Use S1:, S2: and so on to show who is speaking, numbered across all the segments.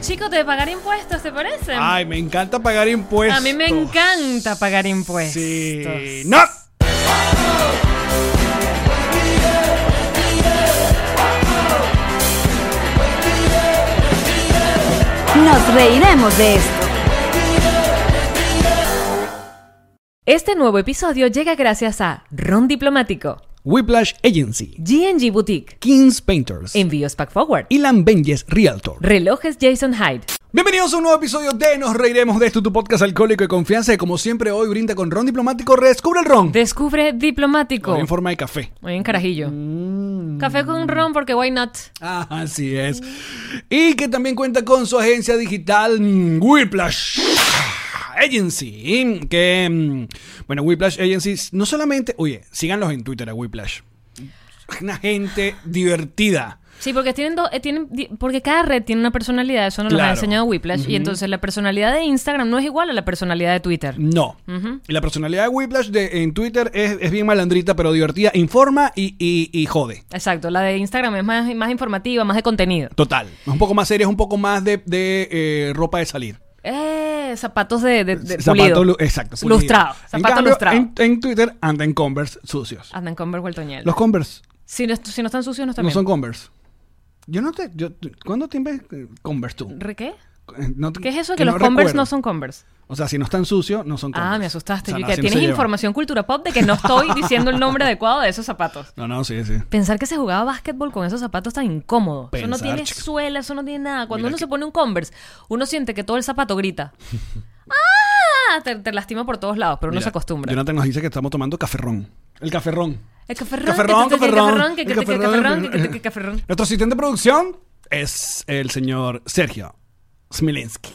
S1: Chicos, de pagar impuestos, ¿te parece?
S2: Ay, me encanta pagar impuestos.
S1: A mí me encanta pagar impuestos.
S2: Sí. ¡No!
S3: Nos reiremos de esto.
S1: Este nuevo episodio llega gracias a Ron Diplomático,
S2: Whiplash Agency.
S1: GNG Boutique,
S2: Kings Painters.
S1: Envíos Pack Forward,
S2: Ilan Benjes Realtor.
S1: Relojes Jason Hyde.
S2: Bienvenidos a un nuevo episodio de Nos Reiremos de esto, tu podcast alcohólico de confianza. Y como siempre, hoy brinda con ron diplomático. Redescubre el ron.
S1: Descubre Diplomático.
S2: en forma de café.
S1: Muy bien, carajillo.
S2: Mm.
S1: Café con ron porque why not?
S2: Ah, así es. Y que también cuenta con su agencia digital mm, Whiplash Agency. mm, Que, mm, bueno, Whiplash Agency no solamente, oye, síganlos en Twitter a Whiplash. Es Una gente divertida.
S1: Sí, porque tienen do- eh, tienen di- porque cada red tiene una personalidad, eso nos lo ha
S2: Claro.
S1: enseñado Whiplash y entonces la personalidad de Instagram no es igual a la personalidad de Twitter.
S2: No. Y La personalidad de Whiplash de- en Twitter es, es bien malandrita, pero divertida. Informa y, y- y jode.
S1: Exacto, la de Instagram es más, más informativa, más de contenido.
S2: Total. Es un poco más seria, es un poco más de, de, eh, ropa de salir.
S1: Eh, zapatos de, de, de
S2: Zapato,
S1: pulido.
S2: lu- exacto. pulido.
S1: Lustrado,
S2: En,
S1: zapato
S2: cambio,
S1: lustrado.
S2: en, en Twitter andan Converse sucios.
S1: Andan con vergüenza oñel.
S2: Los Converse
S1: Si, no, est- si no están sucios, no están
S2: No
S1: bien.
S2: son Converse. Yo no te. Yo, ¿Cuándo te inves- eh, Converse tú?
S1: ¿Re ¿Qué?
S2: Eh, no te-
S1: ¿Qué es eso de que los Converse no son Converse?
S2: O sea, si no están sucios, no son Converse.
S1: Ah, me asustaste.
S2: O sea,
S1: Yo
S2: no,
S1: que
S2: así no se
S1: tienes
S2: llevan.
S1: información cultura pop de que no estoy diciendo el nombre adecuado de esos zapatos.
S2: No, no, sí, sí.
S1: Pensar que se jugaba básquetbol con esos zapatos tan incómodos. eso no
S2: Pensar,
S1: tiene
S2: chica.
S1: suela, eso no tiene nada. Cuando
S2: Mira
S1: uno
S2: que-
S1: se pone un Converse, uno siente que todo el zapato grita. ¡Ah! Te, te lastima por todos lados, pero uno
S2: Mira,
S1: se acostumbra.
S2: Jonathan nos dice que estamos tomando caferrón. El caferrón.
S1: El
S2: Caferrón,
S1: caferrón, que-
S2: caferrón. el
S1: que- que- que- que- que- que- caferrón, que- que- que- que- caferrón.
S2: Nuestro asistente de producción es el señor Sergio Smilinski.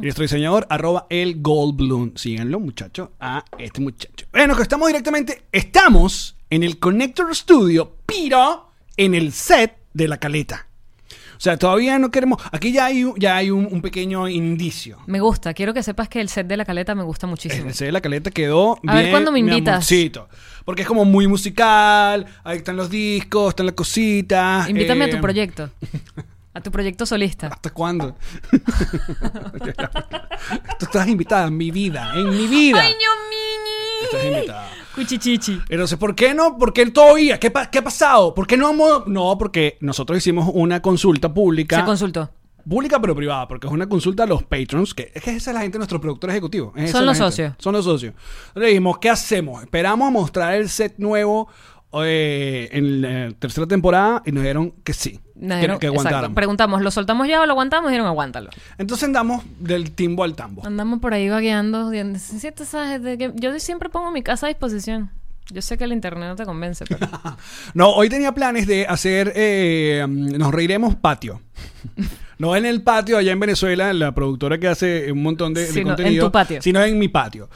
S2: Y nuestro diseñador, arroba el Goldblum. Síganlo, muchachos, a este muchacho. Bueno, que estamos directamente, estamos en el Connector Studio, pero en el set de la caleta. O sea, todavía no queremos. Aquí ya hay, un- ya hay un, un pequeño indicio.
S1: Me gusta, quiero que sepas que el set de la caleta me gusta muchísimo.
S2: El set de la caleta quedó
S1: A ver,
S2: bien,
S1: ¿cuándo me
S2: mi
S1: invitas?
S2: amorcito. Porque es como muy musical. Ahí están los discos, están las cositas.
S1: Ah, Invítame a
S2: eh, Ah.
S1: tu proyecto. A tu proyecto solista.
S2: ¿Hasta cuándo? Tú estás invitada en mi vida, en mi vida. Estás invitada.
S1: Cuchichichi.
S2: Entonces, ¿por qué no? ¿Por qué todavía? ¿Qué, pa- qué ha pasado? ¿Por qué no hemos.? No, porque nosotros hicimos una consulta pública.
S1: Se consultó.
S2: Pública pero privada, porque es una consulta a los patrons, que es que esa es la gente, nuestro productor ejecutivo. Es esa
S1: Son
S2: la
S1: los
S2: gente.
S1: socios.
S2: Son los socios. Le dijimos, ¿qué hacemos? Esperamos a mostrar el set nuevo eh, en la tercera temporada y nos dijeron que sí. que-
S1: Nos dijeron-
S2: que,
S1: exacto.
S2: aguantáramos.
S1: Preguntamos, ¿lo soltamos ya o lo aguantamos? Dijeron, aguántalo.
S2: Entonces andamos del timbo al tambo.
S1: Andamos por ahí vagueando. di- necesitas, ¿sabes? De que- Yo siempre pongo mi casa a disposición. Yo sé que el internet no te convence, pero...
S2: No, hoy tenía planes de hacer, eh, nos reiremos patio. No en el patio allá en Venezuela, en la productora que hace un montón de, de
S1: Sino en
S2: contenido.
S1: tu patio.
S2: Sino en mi patio.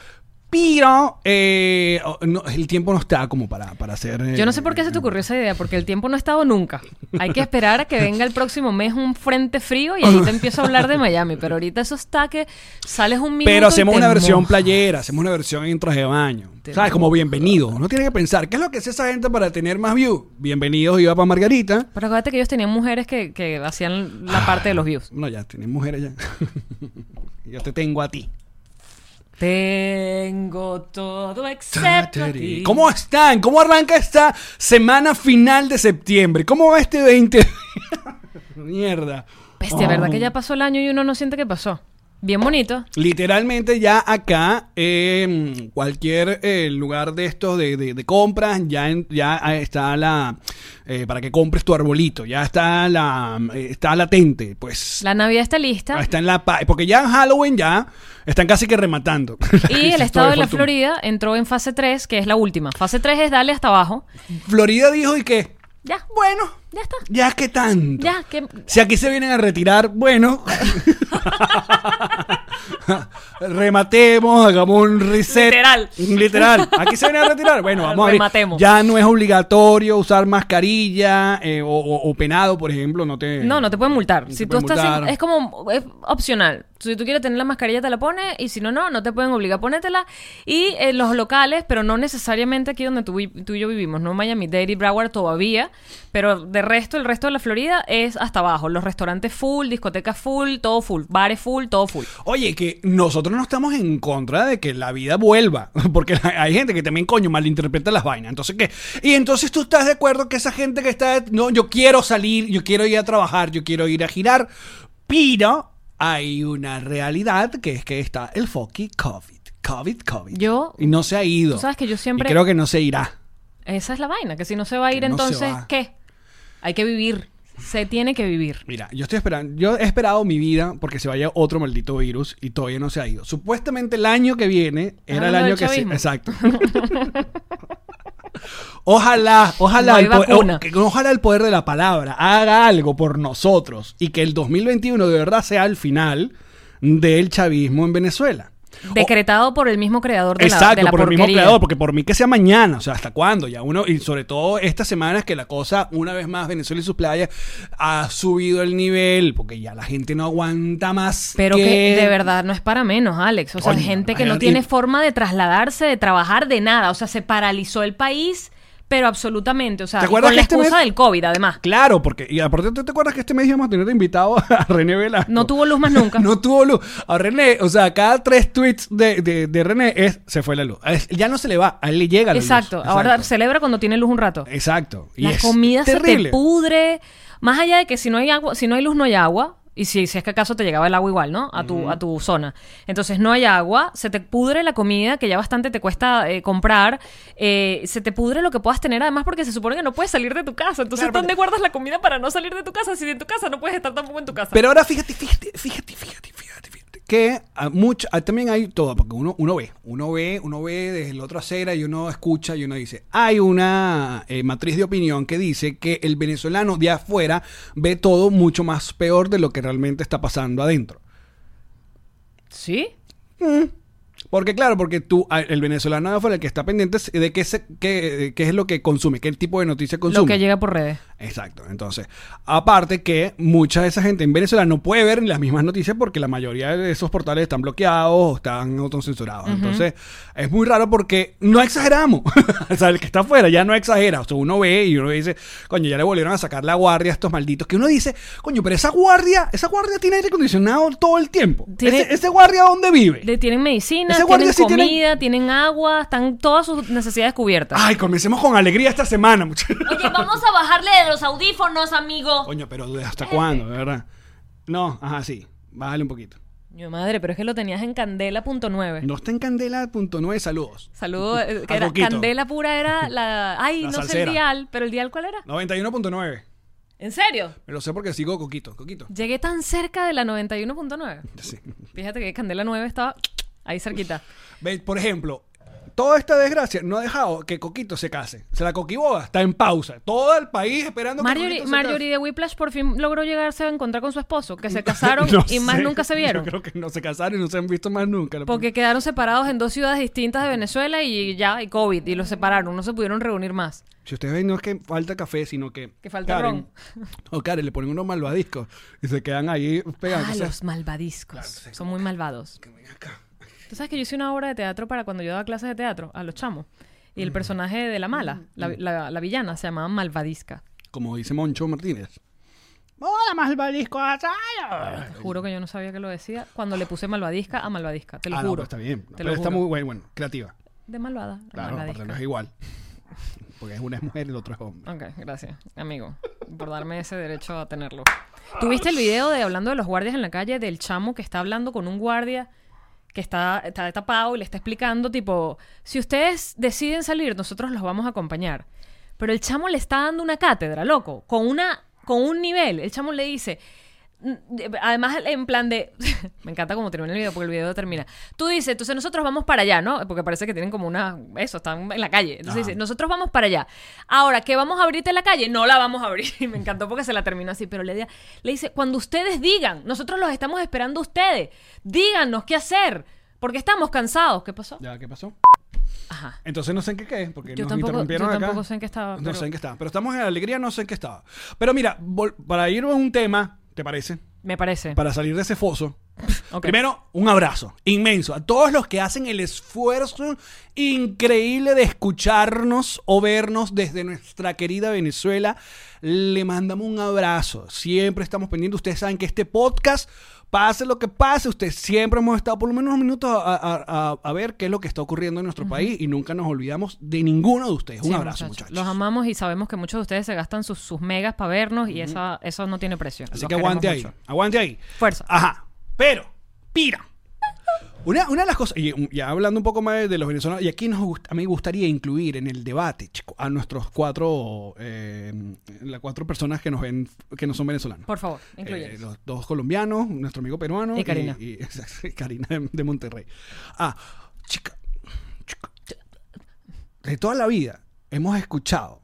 S2: Pero eh, oh, no, el tiempo no está como para, para hacer... eh,
S1: Yo no sé por qué se te ocurrió esa idea, porque el tiempo no ha estado nunca. Hay que esperar a que venga el próximo mes un frente frío y ahí te empiezo a hablar de Miami. Pero ahorita eso está que sales un minuto
S2: Pero
S1: y
S2: hacemos
S1: te
S2: una versión
S1: mojas.
S2: playera, hacemos una versión en traje de baño. ¿Sabes? Como bienvenido. No tiene que pensar, ¿qué es lo que hace esa gente para tener más views? Bienvenidos iba para Margarita.
S1: Pero acuérdate que ellos tenían mujeres que, que hacían la parte de los views.
S2: No, ya, tienes mujeres ya. Yo te tengo a ti.
S1: Tengo todo excepto a ti.
S2: ¿Cómo están? ¿Cómo arranca esta semana final de septiembre? ¿Cómo va este 20? Mierda.
S1: Bestia, ¿verdad que ya pasó el año y uno no siente que pasó? Bien bonito.
S2: Literalmente ya acá, eh, cualquier eh, lugar de estos de, de- de compras, ya, en- ya está la, eh, para que compres tu arbolito. Ya está la eh, está latente, pues.
S1: La Navidad está lista.
S2: Está en la pa- porque ya en Halloween ya están casi que rematando.
S1: Y el estado de la Florida entró en fase 3, que es la última. Fase 3 es darle hasta abajo.
S2: Florida dijo y que
S1: Ya,
S2: bueno,
S1: ya está.
S2: ya que tanto.
S1: Ya, que
S2: Si aquí se vienen a retirar, bueno. Rematemos, hagamos un reset.
S1: Literal.
S2: Literal. Aquí se vienen a retirar. Bueno, vamos a ver.
S1: Rematemos.
S2: Ya no es obligatorio usar mascarilla eh, o, o- o penado, por ejemplo. No te.
S1: No, no te pueden multar.
S2: No
S1: Si
S2: te
S1: tú
S2: pueden
S1: estás en-
S2: multar.
S1: es como es opcional. Si tú quieres tener la mascarilla te la pones y si no no no te pueden obligar a ponértela y eh, los locales, pero no necesariamente aquí donde tú, vi- tú y yo vivimos, no Miami Dade y Broward todavía, pero de resto el resto de la Florida es hasta abajo, los restaurantes full, discotecas full, todo full, bares full, todo full.
S2: Oye, que nosotros no estamos en contra de que la vida vuelva, porque la- hay gente que también, coño, malinterpreta las vainas. Entonces, ¿qué? Y entonces tú estás de acuerdo que esa gente que está, no, yo quiero salir, yo quiero ir a trabajar, yo quiero ir a girar, pero hay una realidad que es que está el fucking COVID, COVID, COVID.
S1: Yo-
S2: Y no se ha ido.
S1: Tú sabes que yo siempre-
S2: Y creo que no se irá.
S1: Esa es la vaina, que si no se va a ir
S2: Que no se
S1: entonces
S2: va.
S1: ¿qué? Hay que vivir, se tiene que vivir.
S2: Mira, yo estoy esperando, yo he esperado mi vida porque se vaya otro maldito virus y todavía no se ha ido. Supuestamente el año que viene era el año
S1: hablando Ah, del
S2: que se,
S1: chavismo.
S2: exacto. ojalá, ojalá,
S1: No hay
S2: el poder,
S1: vacuna.
S2: o- que- ojalá el poder de la palabra haga algo por nosotros y que el 2021 de verdad sea el final del chavismo en Venezuela. O-
S1: Decretado por el mismo creador de la,
S2: Exacto,
S1: de la
S2: por el mismo
S1: porquería.
S2: creador, porque por mí que sea mañana, o sea, ¿hasta cuándo? Ya uno, y sobre todo estas semanas que la cosa, una vez más, Venezuela y sus playas ha subido el nivel, porque ya la gente no aguanta más.
S1: Pero que... de verdad no es para menos, Alex. O sea,
S2: Coño,
S1: gente que no
S2: imagínate.
S1: tiene forma de trasladarse, de trabajar, de nada. O sea, se paralizó el país, pero absolutamente. O sea,
S2: ¿Te
S1: y con
S2: acuerdas
S1: la
S2: que este
S1: excusa
S2: mes-
S1: del COVID, además.
S2: Claro, porque, y aparte, ¿tú te acuerdas que este mes íbamos a tener de invitado a René Velasco?
S1: No tuvo luz más nunca.
S2: No tuvo luz. A René, o sea, cada tres tweets de, de- de René es, se fue la luz. Es- ya no se le va, a él le llega la luz.
S1: Exacto. Ahora celebra cuando tiene luz un rato.
S2: Exacto. Y
S1: la
S2: es
S1: comida se
S2: terrible.
S1: te pudre. Más allá de que si no hay agua, si no hay luz, no hay agua. Y si, si es que acaso te llegaba el agua igual, ¿no? A tu, a tu zona. Entonces no hay agua, se te pudre la comida, que ya bastante te cuesta eh, comprar, eh, se te pudre lo que puedas tener, además porque se supone que no puedes salir de tu casa. Entonces,
S2: Claro,
S1: ¿dónde guardas la comida para no salir de tu casa? Si de tu casa no puedes estar tampoco en tu casa.
S2: Pero ahora fíjate, fíjate, fíjate, fíjate, fíjate, fíjate, que a mucho, a- también hay todo, porque uno, uno ve, uno ve, uno ve desde la otra acera y uno escucha y uno dice, hay una eh, matriz de opinión que dice que el venezolano de afuera ve todo mucho más peor de lo que realmente está pasando adentro.
S1: ¿Sí?
S2: Porque claro, porque tú, a- el venezolano de afuera, el que está pendiente es de qué, se- qué- qué es lo que consume, qué tipo de noticia consume.
S1: Lo que llega por redes.
S2: Exacto. Entonces, aparte que mucha de esa gente en Venezuela no puede ver las mismas noticias porque la mayoría de esos portales están bloqueados o están autocensurados. Entonces, es muy raro porque no exageramos. o sea, el que está afuera ya no exagera. O sea, uno ve y uno dice, coño, ya le volvieron a sacar la guardia a estos malditos. Que uno dice, coño, pero esa guardia, esa guardia tiene aire acondicionado todo el tiempo.
S1: Tiene-
S2: Ese, ese guardia, ¿dónde vive?
S1: Le tienen medicina,
S2: Ese
S1: tienen
S2: guardia sí tiene-
S1: comida, tienen agua, están todas sus necesidades cubiertas.
S2: Ay, comencemos con alegría esta semana, muchachos.
S4: Oye, vamos a bajarle de los audífonos, amigo.
S2: Coño, pero ¿de ¿hasta cuándo, de verdad? No, ajá, sí. Bájale un poquito.
S1: Mi madre, pero es que lo tenías en candela.9.
S2: No está en candela.9, saludos.
S1: Saludo, eh, que
S2: Al
S1: era,
S2: poquito.
S1: Candela Pura era la... Ay,
S2: La
S1: no sé
S2: salsera.
S1: el dial, pero el dial ¿cuál era?
S2: 91.9.
S1: ¿En serio?
S2: Me lo sé porque sigo Coquito. Coquito.
S1: Llegué tan cerca de la 91.9.
S2: Sí.
S1: Fíjate que Candela 9 estaba ahí cerquita.
S2: Ve, Por ejemplo, toda esta desgracia no ha dejado que Coquito se case. O sea, la coquiboda está en pausa. Todo el país esperando que
S1: Marjorie,
S2: Coquito
S1: Marjorie de Whiplash por fin logró llegarse a encontrar con su esposo, que se casaron
S2: No
S1: y más
S2: sé.
S1: nunca se vieron.
S2: Yo creo que no se casaron y no se han visto más nunca.
S1: Porque quedaron separados en dos ciudades distintas de Venezuela y ya, y COVID, y los separaron, no se pudieron reunir más.
S2: Si ustedes ven, no es que falta café, sino que.
S1: Que falta
S2: Karen- O Karen, le ponen unos malvadiscos y se quedan ahí pegados.
S1: Ah,
S2: O sea,
S1: los malvadiscos. Son muy malvados. Tú sabes que yo hice una obra de teatro para cuando yo daba clases de teatro a los chamos. Y
S2: Mm.
S1: el personaje de la mala, la, la- la villana, se llamaba Malvadisca.
S2: Como dice Moncho Martínez. ¡Hola, malvadisco!
S1: Te juro que yo no sabía que lo decía. Cuando le puse Malvadisca a Malvadisca, te lo
S2: ah, no,
S1: juro.
S2: pero está bien.
S1: Te
S2: pero
S1: lo
S2: está
S1: juro.
S2: muy bueno, bueno, creativa.
S1: De malvada a
S2: Claro, aparte no es
S1: malvadisca.
S2: igual. Porque es una es mujer y el otro es hombre.
S1: Ok, gracias, amigo, por darme ese derecho a tenerlo. ¿Tuviste el video de hablando de los guardias en la calle del chamo que está hablando con un guardia que está, está tapado y le está explicando, tipo, si ustedes deciden salir, nosotros los vamos a acompañar. Pero el chamo le está dando una cátedra, loco, con, una, con un nivel. El chamo le dice... mm, de- Además, en plan de. Me encanta cómo termina el video, porque el video termina. Tú dices, entonces nosotros vamos para allá, ¿no? Porque parece que tienen como una. Eso, están en la calle. Entonces
S2: Ajá.
S1: dice, nosotros vamos para allá. Ahora, ¿qué vamos a abrirte la calle? No la vamos a abrir. Y me encantó porque se la terminó así, pero le, di- le dice, cuando ustedes digan, nosotros los estamos esperando a ustedes. Díganos qué hacer, porque estamos cansados. ¿Qué pasó?
S2: Ya, ¿qué pasó?
S1: Ajá.
S2: Entonces no sé en qué qué, porque
S1: Yo
S2: nos
S1: tampoco-
S2: interrumpieron
S1: yo
S2: acá.
S1: tampoco sé en qué estaba,
S2: No
S1: pero-
S2: sé en qué estaba. Pero estamos en alegría, no sé en qué estaba. Pero mira, vol- para irnos a un tema, ¿te parece?
S1: Me parece.
S2: Para salir de ese foso.
S1: Ok.
S2: Primero, un abrazo inmenso a todos los que hacen el esfuerzo increíble de escucharnos o vernos desde nuestra querida Venezuela. Le mandamos un abrazo. Siempre estamos pendientes. Ustedes saben que este podcast, pase lo que pase, ustedes siempre hemos estado por lo menos unos minutos a, a- a- a ver qué es lo que está ocurriendo en nuestro país y nunca nos olvidamos de ninguno de ustedes. Un
S1: Sí,
S2: abrazo, muchachos.
S1: Los amamos y sabemos que muchos de ustedes se gastan sus, sus megas para vernos y esa, eso no tiene precio.
S2: Así
S1: Los
S2: que aguante ahí.
S1: queremos mucho.
S2: Aguante ahí.
S1: Fuerza.
S2: Ajá. Pero, pira. Una, una de las cosas, y um, ya hablando un poco más de los venezolanos, y aquí nos gust- a mí me gustaría incluir en el debate, chico, a nuestros cuatro, eh, las cuatro personas que nos ven, que no son venezolanos.
S1: Por favor, incluye.
S2: Eh, los dos colombianos, nuestro amigo peruano
S1: Y Karina.
S2: y- exacto, y Karina de, de Monterrey. Ah, chica, chica, de toda la vida hemos escuchado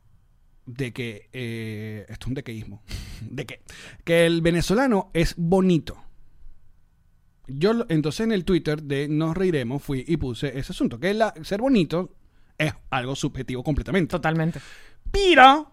S2: de que eh, esto es un dequeísmo, de que que el venezolano es bonito. Yo lo- entonces en el Twitter de Nos Reiremos fui y puse ese asunto, que la- ser bonito es algo subjetivo completamente.
S1: Totalmente.
S2: Pira,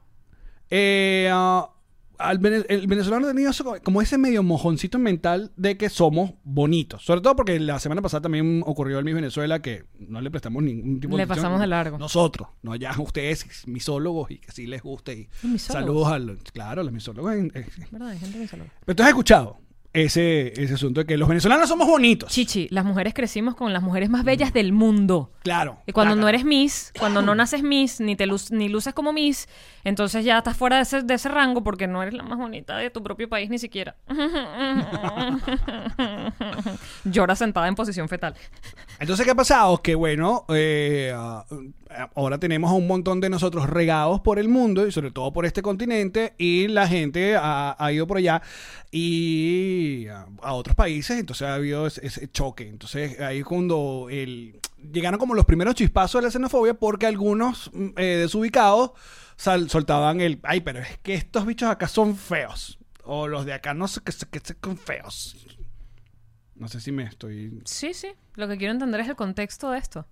S2: eh, ah, al vene- el venezolano ha tenido eso como- como ese medio mojoncito mental de que somos bonitos. Sobre todo porque la semana pasada también ocurrió en mi Venezuela que no le prestamos ningún tipo
S1: Le
S2: de atención.
S1: pasamos de largo.
S2: Nosotros, no ya ustedes, misólogos, y que sí les guste. Y
S1: Misólogos.
S2: saludos a los, claro, a los misólogos. en- en-
S1: ¿Verdad? Hay gente que se lo-
S2: pero tú has escuchado ese, ese asunto de que los venezolanos somos bonitos.
S1: Chichi, las mujeres crecimos con las mujeres más bellas del mundo.
S2: Claro.
S1: Y cuando
S2: Mm. Claro.
S1: no eres Miss, cuando no naces Miss, ni te lu- ni luces como Miss, entonces ya estás fuera de ese, de ese rango porque no eres la más bonita de tu propio país ni siquiera. Llora sentada en posición fetal.
S2: Entonces, ¿qué ha pasado? Que bueno, eh, ah, ahora tenemos a un montón de nosotros regados por el mundo y sobre todo por este continente y la gente ha, ha ido por allá y a, a otros países, entonces ha habido ese, ese choque. Entonces, ahí es cuando el, llegaron como los primeros chispazos de la xenofobia porque algunos mm, eh, desubicados sal- soltaban el, ay, pero es que estos bichos acá son feos. O los de acá no sé qué qué son feos. No sé si me estoy
S1: Sí, sí. Lo que quiero entender es el contexto de esto.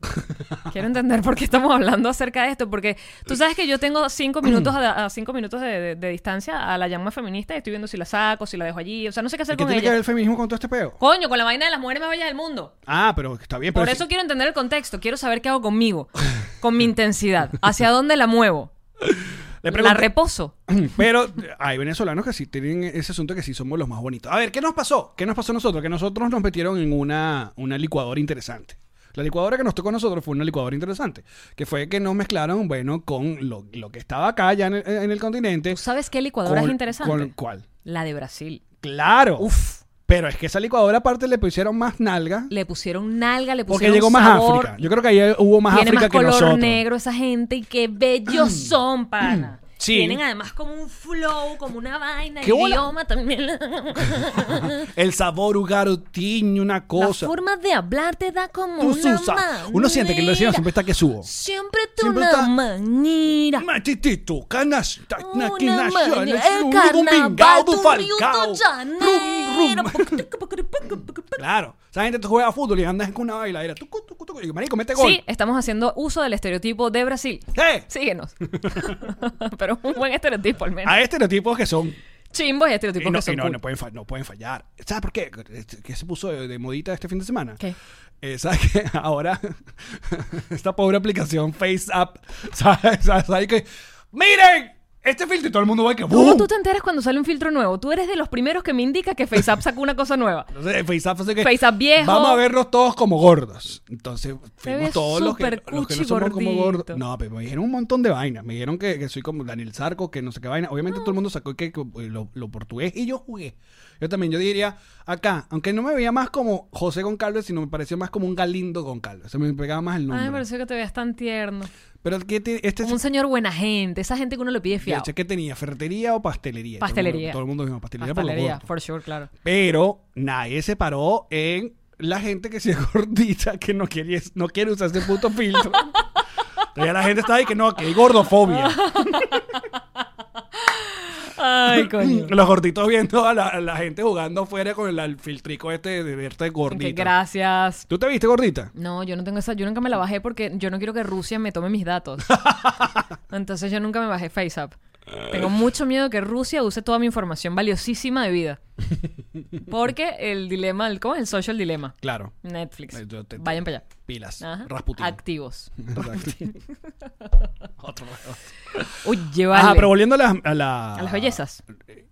S1: quiero entender por qué estamos hablando acerca de esto. Porque tú sabes que yo tengo cinco minutos a, a cinco minutos de, de- de distancia a la llama feminista y estoy viendo si la saco, si la dejo allí. O sea, no sé qué hacer
S2: ¿Y ¿Qué
S1: con
S2: tiene que
S1: ella.
S2: ver el feminismo con todo este peo?
S1: Coño, con la vaina de las mujeres más bellas del mundo.
S2: Ah, pero está bien. Pero
S1: Por
S2: si-
S1: eso quiero entender el contexto. Quiero saber qué hago conmigo, con mi intensidad. ¿Hacia dónde la muevo?
S2: le
S1: ¿La
S2: pregunté-
S1: reposo?
S2: Pero hay venezolanos que sí tienen ese asunto que sí somos los más bonitos. A ver, ¿qué nos pasó? ¿Qué nos pasó a nosotros? Que nosotros nos metieron en una, una licuadora interesante. La licuadora que nos tocó a nosotros fue una licuadora interesante. Que fue que nos mezclaron, bueno, con lo, lo que estaba acá ya en el, en el continente.
S1: ¿Tú sabes qué licuadora
S2: Con-
S1: es interesante?
S2: con- ¿Cuál?
S1: La de Brasil.
S2: Claro.
S1: Uf.
S2: Pero es que esa licuadora aparte le pusieron más nalga.
S1: Le pusieron nalga, le
S2: Porque
S1: pusieron
S2: llegó más
S1: sabor,
S2: África. Yo creo que ahí hubo más
S1: Tiene
S2: África
S1: más
S2: que
S1: color
S2: nosotros. Mm.
S1: negro esa gente y qué bellos son, pana.
S2: Sí.
S1: Tienen además como un flow, como una vaina,
S2: ¿Qué bola?
S1: idioma también.
S2: El sabor ugarotiño, una
S1: La
S2: cosa.
S1: forma de hablar te da como
S2: Tú,
S1: una
S2: Susa. Uno siente que el vecino
S1: manera.
S2: siempre está que subo.
S1: Siempre tú
S2: Siempre
S1: una
S2: está-
S1: manera.
S2: Matitito, canasta,
S1: Una
S2: aquí nació,
S1: manera.
S2: nació
S1: El
S2: un
S1: carnaval
S2: domingo do
S1: do Rio
S2: Falcao.
S1: de Janeiro.
S2: Rum, rum. Claro, esa gente tú juega fútbol y andas con una bailadera. Tucu, tucu, tucu, y marico, mete gol. Eh,
S1: Sí, estamos haciendo uso del estereotipo de Brasil.
S2: ¿Qué?
S1: Síguenos. Pero es un buen estereotipo al menos.
S2: Hay estereotipos este que son.
S1: Chimbos y
S2: y
S1: estereotipos
S2: no,
S1: que son
S2: y no,
S1: cool.
S2: no pues. pueden fa- no pueden fallar. ¿Sabes por qué? ¿Qué se puso de, de modita este fin de semana?
S1: ¿Qué?
S2: Eh, ¿Sabes qué? Ahora, esta pobre aplicación FaceApp, ¿sabes? ¿Sabes? ¿Sabes qué? ¡Miren! Este filtro y todo el mundo va y que
S1: ¿Cómo
S2: ¡boom!
S1: tú te enteras cuando sale un filtro nuevo? Tú eres de los primeros que me indica que FaceApp sacó una cosa nueva.
S2: Entonces, FaceApp hace que.
S1: FaceApp viejo.
S2: Vamos a verlos todos como gordos. Entonces,
S1: Te
S2: fuimos
S1: ves
S2: todos los que,
S1: súper
S2: los que no
S1: cuchi
S2: somos como
S1: gordito.
S2: gordos. No, pero me dijeron un montón de vainas. Me dijeron que, que soy como Daniel Sarco, que no sé qué vaina. Obviamente, todo el mundo sacó que, que lo, lo portugués y yo jugué. Yo también, yo diría acá, aunque no me veía más como José Goncalves, sino me pareció más como un Galindo Goncalves. Se me pegaba más el
S1: Ay,
S2: nombre.
S1: me pareció que te veas tan tierno.
S2: Pero ¿qué te- este
S1: Como un señor buena gente, esa gente que uno le pide fiado.
S2: ¿qué tenía? ¿Ferretería o pastelería?
S1: Pastelería.
S2: Todo el mundo dijo pastelería, por
S1: Pastelería,
S2: los gordos.
S1: for sure, claro.
S2: Pero nadie se paró en la gente que se es gordita, que no quiere, no quiere usar ese puto filtro. Ya la gente está ahí que no, que hay gordofobia.
S1: Ay, coño.
S2: Los gorditos viendo a la, a la gente jugando afuera con el, el filtrico este de verte
S1: Que Mm.
S2: gordita.
S1: gracias.
S2: ¿Tú te viste gordita?
S1: No, yo no tengo esa, yo nunca me la bajé porque yo no quiero que Rusia me tome mis datos. Entonces yo nunca me bajé FaceApp. Tengo mucho miedo que Rusia use toda mi información valiosísima de vida. Porque el dilema, el, ¿cómo es el social dilema?
S2: Claro.
S1: Netflix.
S2: Eh, yo te-
S1: Vayan para allá.
S2: Pilas.
S1: Ajá.
S2: Rasputin.
S1: Activos.
S2: Exacto. Otro.
S1: Oye, vale.
S2: Ajá, Ah, pero Ah, volviendo a, las- a la-
S1: A las bellezas.